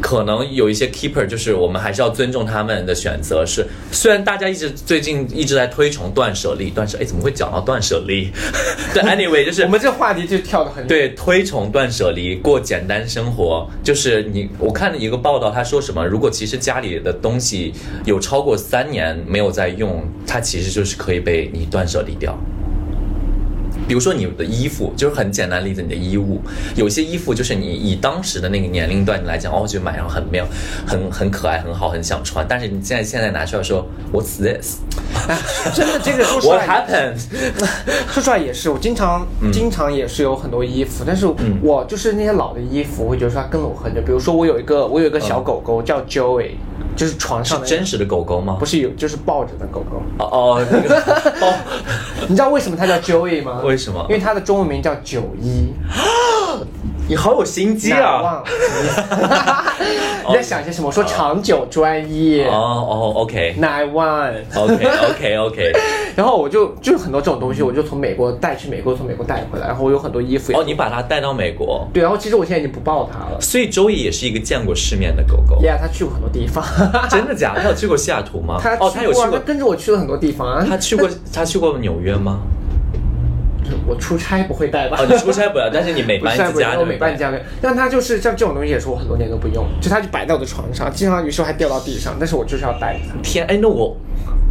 [SPEAKER 1] 可能有一些 keeper，就是我们还是要尊重他们的选择。是，虽然大家一直最近一直在推崇断舍离，断舍，哎，怎么会讲到断舍离？ 对，anyway，就是
[SPEAKER 2] 我们这话题就跳得很远。
[SPEAKER 1] 对，推崇断舍离，过简单生活，就是你。我看了一个报道，他说什么？如果其实家里的东西有超过三年没有在用，它其实就是可以被你断舍离掉。比如说你的衣服，就是很简单例子，你的衣物，有些衣服就是你以当时的那个年龄段来讲，哦，就买上很妙、很很可爱、很好、很想穿，但是你现在现在拿出来说，What's this?
[SPEAKER 2] 真的，这个说出
[SPEAKER 1] What
[SPEAKER 2] 来，
[SPEAKER 1] happened?
[SPEAKER 2] 说出来也是，我经常、
[SPEAKER 1] 嗯
[SPEAKER 2] 经常也是有很多衣服，但是我就是那些老的衣服，我会觉得说它跟了我很久。比如说我有一个，我有一个小狗狗叫 Joey，就是床
[SPEAKER 1] 嗯是
[SPEAKER 2] 上的，
[SPEAKER 1] 真实的狗狗吗
[SPEAKER 2] 不？是有，就是抱着的狗狗。
[SPEAKER 1] 哦哦，那个哦，
[SPEAKER 2] 你知道为什么它叫 Joey 吗？
[SPEAKER 1] 为什么
[SPEAKER 2] 因为它的中文名叫九一，
[SPEAKER 1] 你好有心 机
[SPEAKER 2] 难
[SPEAKER 1] 啊！
[SPEAKER 2] 忘。你在想些什么？我说长久专一，
[SPEAKER 1] 哦哦，OK
[SPEAKER 2] 难忘。
[SPEAKER 1] OK OK OK，
[SPEAKER 2] 然后我就就是很多这种东西，我就从美国带去美国，从美国带回来。然后我有很多衣服也
[SPEAKER 1] 哦，你把它带到美国，
[SPEAKER 2] 对，然后其实我现在已经不抱它了。
[SPEAKER 1] 所以周易也是一个见过世面的狗狗，
[SPEAKER 2] Yeah，它去过很多地方。
[SPEAKER 1] 真的假的？他有去过西雅图吗？
[SPEAKER 2] 它
[SPEAKER 1] 哦，他有去
[SPEAKER 2] 它
[SPEAKER 1] 过，
[SPEAKER 2] 跟着我去了很多地方啊。
[SPEAKER 1] 他去过他去过纽约吗？
[SPEAKER 2] 我出差不会带吧？
[SPEAKER 1] 哦，你出差不了，但是你每
[SPEAKER 2] 不
[SPEAKER 1] 搬
[SPEAKER 2] 是啊
[SPEAKER 1] 一次家
[SPEAKER 2] 我
[SPEAKER 1] 就
[SPEAKER 2] 每半家的，但它就是像这种东西也是我很多年都不用，就它就摆在我的床上，经常有时候还掉到地上，但是我就是要带它。
[SPEAKER 1] 天，哎，那我，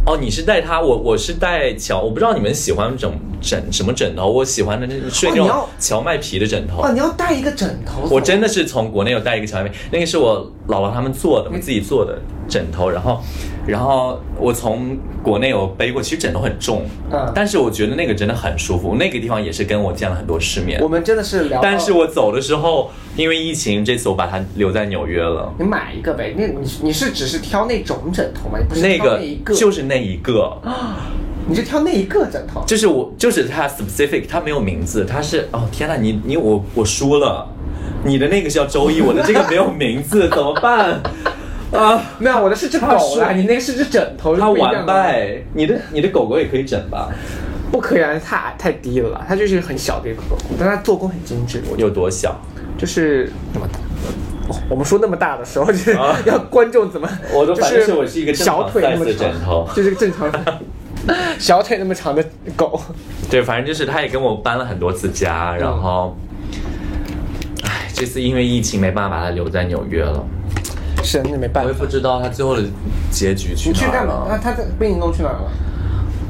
[SPEAKER 1] 哦，你是带它，我我是带荞，我不知道你们喜欢枕枕什么枕头，我喜欢的那睡那
[SPEAKER 2] 哦你
[SPEAKER 1] 种
[SPEAKER 2] 要
[SPEAKER 1] 荞麦皮的枕头。
[SPEAKER 2] 哦，你要带一个枕头？
[SPEAKER 1] 我真的是从国内有带一个荞麦皮，那个是我姥姥他们做
[SPEAKER 2] 嗯
[SPEAKER 1] 的，我自己做的枕头，然后，然后我从国内有背过，其实枕头很重，
[SPEAKER 2] 嗯
[SPEAKER 1] 但是我觉得那个真的很舒服，那个地方也是跟我见了很多世面
[SPEAKER 2] 我。们真的是聊到。
[SPEAKER 1] 但是我走的时候，因为疫情，这次我把它留在纽约了。
[SPEAKER 2] 你买一个呗，那你你是只是挑那种枕头吗？你不是
[SPEAKER 1] 那
[SPEAKER 2] 挑
[SPEAKER 1] 个
[SPEAKER 2] 那一个，
[SPEAKER 1] 就是那一个，
[SPEAKER 2] 你就挑那一个枕头。
[SPEAKER 1] 就是我，就是它 specific，它没有名字，它是哦天呐，你你我我输了，你的那个叫周易，我的这个没有名字，怎么办啊？
[SPEAKER 2] 没有，我的是只
[SPEAKER 1] 它
[SPEAKER 2] 狗啦，
[SPEAKER 1] 是
[SPEAKER 2] 你那啊个是只枕头，是
[SPEAKER 1] 它
[SPEAKER 2] 不一样
[SPEAKER 1] 完
[SPEAKER 2] 的。
[SPEAKER 1] 败，你的你的狗狗也可以整吧？
[SPEAKER 2] 不可以啊，太矮太低了啦，它就是很小的一个狗狗，但它做工很精致，我觉
[SPEAKER 1] 有多小？
[SPEAKER 2] 得就是那么大。哦我们说那么大的时候，就是
[SPEAKER 1] 啊
[SPEAKER 2] 要观众怎么，
[SPEAKER 1] 我都
[SPEAKER 2] 就
[SPEAKER 1] 反正是我是一个正常
[SPEAKER 2] 小腿那么
[SPEAKER 1] size 的
[SPEAKER 2] 长
[SPEAKER 1] 枕头
[SPEAKER 2] 就是个正常 小腿那么长的狗。
[SPEAKER 1] 对，反正就是它也跟我搬了很多次家，然后，唉，这次因为疫情没办法把它留在纽约了，
[SPEAKER 2] 是，那没办
[SPEAKER 1] 我也
[SPEAKER 2] 法
[SPEAKER 1] 不。知道它最后的结局去
[SPEAKER 2] 你去
[SPEAKER 1] 哪儿
[SPEAKER 2] 干嘛？它
[SPEAKER 1] 了。
[SPEAKER 2] 它在被你弄去哪儿了？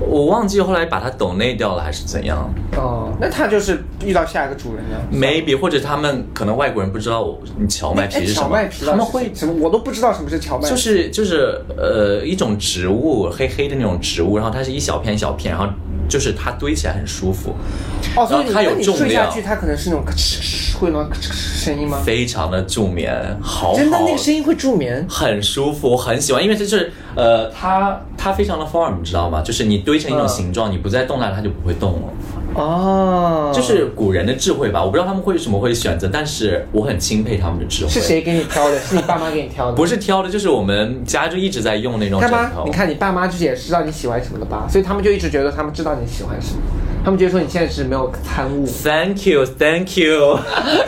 [SPEAKER 1] 我忘记后来把它抖内掉了还是怎样。
[SPEAKER 2] 哦，那它就是遇到下一个主人了。
[SPEAKER 1] maybe 或者他们可能外国人不知道我荞麦
[SPEAKER 2] 哎，
[SPEAKER 1] 皮是什
[SPEAKER 2] 荞
[SPEAKER 1] 么，
[SPEAKER 2] 麦皮到
[SPEAKER 1] 他
[SPEAKER 2] 底
[SPEAKER 1] 们
[SPEAKER 2] 是
[SPEAKER 1] 会
[SPEAKER 2] 什么？我都不知道什么是荞麦皮。
[SPEAKER 1] 就是就是呃一种植物，黑黑的那种植物，然后它是一小片一小片，然后就是它堆起来很舒服，
[SPEAKER 2] 哦，所以
[SPEAKER 1] 然
[SPEAKER 2] 你
[SPEAKER 1] 后它有
[SPEAKER 2] 那你
[SPEAKER 1] 重
[SPEAKER 2] 睡下
[SPEAKER 1] 量
[SPEAKER 2] 去，它可能是那种咔哧哧哧会有那种咔哧哧声音吗？
[SPEAKER 1] 非常的助眠，好好
[SPEAKER 2] 真的那个声音会助眠。
[SPEAKER 1] 很舒服，我很喜欢，因为它就是呃它它非常的 form，你知道吗？就是你堆成一种
[SPEAKER 2] 嗯
[SPEAKER 1] 形状，你不再动它，它就不会动了。
[SPEAKER 2] 哦，
[SPEAKER 1] 就是古人的智慧吧，我不知道他们为什么会选择，但是我很钦佩他们的智慧。
[SPEAKER 2] 是谁给你挑的？是你爸妈给你挑的？
[SPEAKER 1] 不
[SPEAKER 2] 是，
[SPEAKER 1] 是挑的，就是我们家就一直在用那种
[SPEAKER 2] 干
[SPEAKER 1] 枕
[SPEAKER 2] 嘛？
[SPEAKER 1] 头。
[SPEAKER 2] 你看你爸妈就是也知道你喜欢什么的吧，所以他们就一直觉得他们知道你喜欢什么，他们觉得说你现在是没有 参悟。
[SPEAKER 1] Thank you, thank you。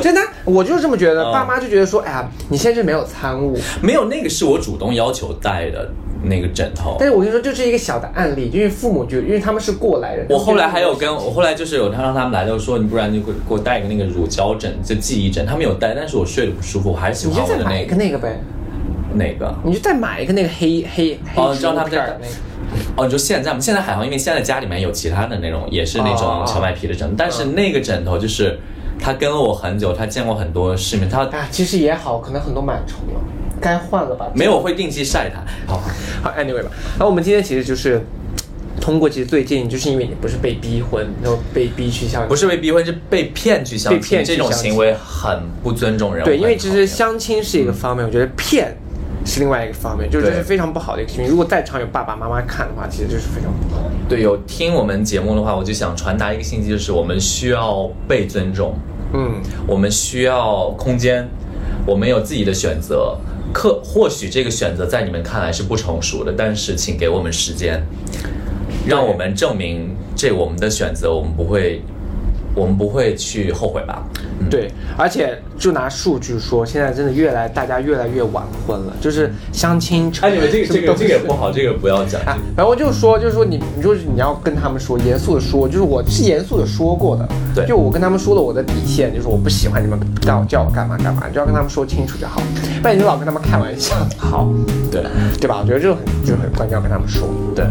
[SPEAKER 2] 真的，我就是这么觉得。
[SPEAKER 1] 嗯
[SPEAKER 2] 爸妈就觉得说，哎呀，你现在是没有参悟。
[SPEAKER 1] 没有，那个是我主动要求带的那个枕头。
[SPEAKER 2] 但是我跟你说，这是一个小的案例，因为父母就因为他们是过来人。
[SPEAKER 1] 我后来还有跟我后来就是有他让他们来就说，你不然就给我给我带一个那个乳胶枕，就记忆枕。他们有带，但是我睡得不舒服，我还是喜
[SPEAKER 2] 你
[SPEAKER 1] 欢
[SPEAKER 2] 就
[SPEAKER 1] 我
[SPEAKER 2] 再
[SPEAKER 1] 的
[SPEAKER 2] 买
[SPEAKER 1] 那
[SPEAKER 2] 一个
[SPEAKER 1] 个
[SPEAKER 2] 那个呗，
[SPEAKER 1] 那个。
[SPEAKER 2] 你就再买一个那个黑黑
[SPEAKER 1] 哦
[SPEAKER 2] 黑，
[SPEAKER 1] 知道他们
[SPEAKER 2] 片
[SPEAKER 1] 在
[SPEAKER 2] 儿的那个。
[SPEAKER 1] 哦，你说现在吗？现在还好，因为现在家里面有其他的那种，也是那
[SPEAKER 2] 哦嗯
[SPEAKER 1] 种荞麦皮的枕头，但是那个枕头就是他跟了我很久，他见过很多世面，他
[SPEAKER 2] 啊，其实也好，可能很多螨虫了，该换了吧。
[SPEAKER 1] 没有我会定期晒它。好，
[SPEAKER 2] 好，anyway 吧。然后我们今天其实就是通过，其实最近就是因为你不是被逼婚，然后被逼去相亲，
[SPEAKER 1] 不是被逼婚，是被骗去相
[SPEAKER 2] 被骗
[SPEAKER 1] 亲，
[SPEAKER 2] 去
[SPEAKER 1] 这种
[SPEAKER 2] 相亲
[SPEAKER 1] 行为很不尊重人。
[SPEAKER 2] 对，
[SPEAKER 1] 我
[SPEAKER 2] 因为
[SPEAKER 1] 很
[SPEAKER 2] 其
[SPEAKER 1] 讨
[SPEAKER 2] 实
[SPEAKER 1] 厌
[SPEAKER 2] 相亲是一个方面，我觉得骗是另外一个方面，就是这是
[SPEAKER 1] 对
[SPEAKER 2] 非常不好的一个行为。如果在场有爸爸妈妈看的话，其实就是非常不好的。
[SPEAKER 1] 对，有听我们节目的话，我就想传达一个信息，就是我们需要被尊重，
[SPEAKER 2] 嗯，
[SPEAKER 1] 我们需要空间，我们有自己的选择。可或许这个选择在你们看来是不成熟的，但是请给我们时间，让我们证明这我们的选择，我们不会，我们不会去后悔吧。嗯，
[SPEAKER 2] 对，而且就拿数据说，现在真的越来大家越来越晚婚了，就是相亲成。
[SPEAKER 1] 哎，你们这个
[SPEAKER 2] 什么
[SPEAKER 1] 这个
[SPEAKER 2] 都
[SPEAKER 1] 这个也
[SPEAKER 2] 是
[SPEAKER 1] 不好，这个不要讲。
[SPEAKER 2] 啊，然后我就说，就是说你，你就是你要跟他们说，严肃的说，就是我是严肃的说过的，
[SPEAKER 1] 对
[SPEAKER 2] 就我跟他们说了我的底线，就是我不喜欢你们叫我叫我干嘛干嘛，你就要跟他们说清楚就好，不然你就老跟他们开玩笑，
[SPEAKER 1] 好，对
[SPEAKER 2] 对吧？我觉得这个很就是很关键，要跟他们说。
[SPEAKER 1] 对，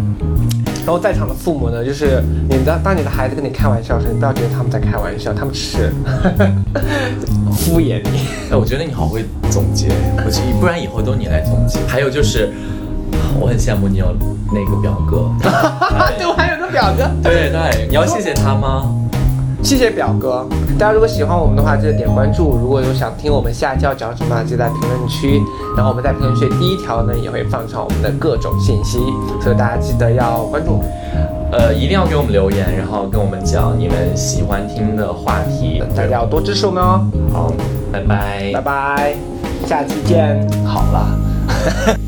[SPEAKER 2] 然后在场的父母呢，就是你当当你的孩子跟你开玩笑的时，候，你不要觉得他们在开玩笑，他们只是 敷衍你。
[SPEAKER 1] 哎，我觉得你好会总结，我觉得不然以后都你来总结。还有就是，啊我很羡慕你有那个表哥，
[SPEAKER 2] 对，我还有个表哥。
[SPEAKER 1] 对对， 你要谢谢他吗？
[SPEAKER 2] 谢谢表哥。大家如果喜欢我们的话，记得点关注。如果有想听我们下期要讲什么，记得在评论区。然后我们在评论区的第一条呢，也会放上我们的各种信息，所以大家记得要关注我们。
[SPEAKER 1] 呃，一定要给我们留言，然后跟我们讲你们喜欢听的话题。
[SPEAKER 2] 大家要多支持我们哦。
[SPEAKER 1] 好，拜拜
[SPEAKER 2] 拜拜，下期见。
[SPEAKER 1] 好了。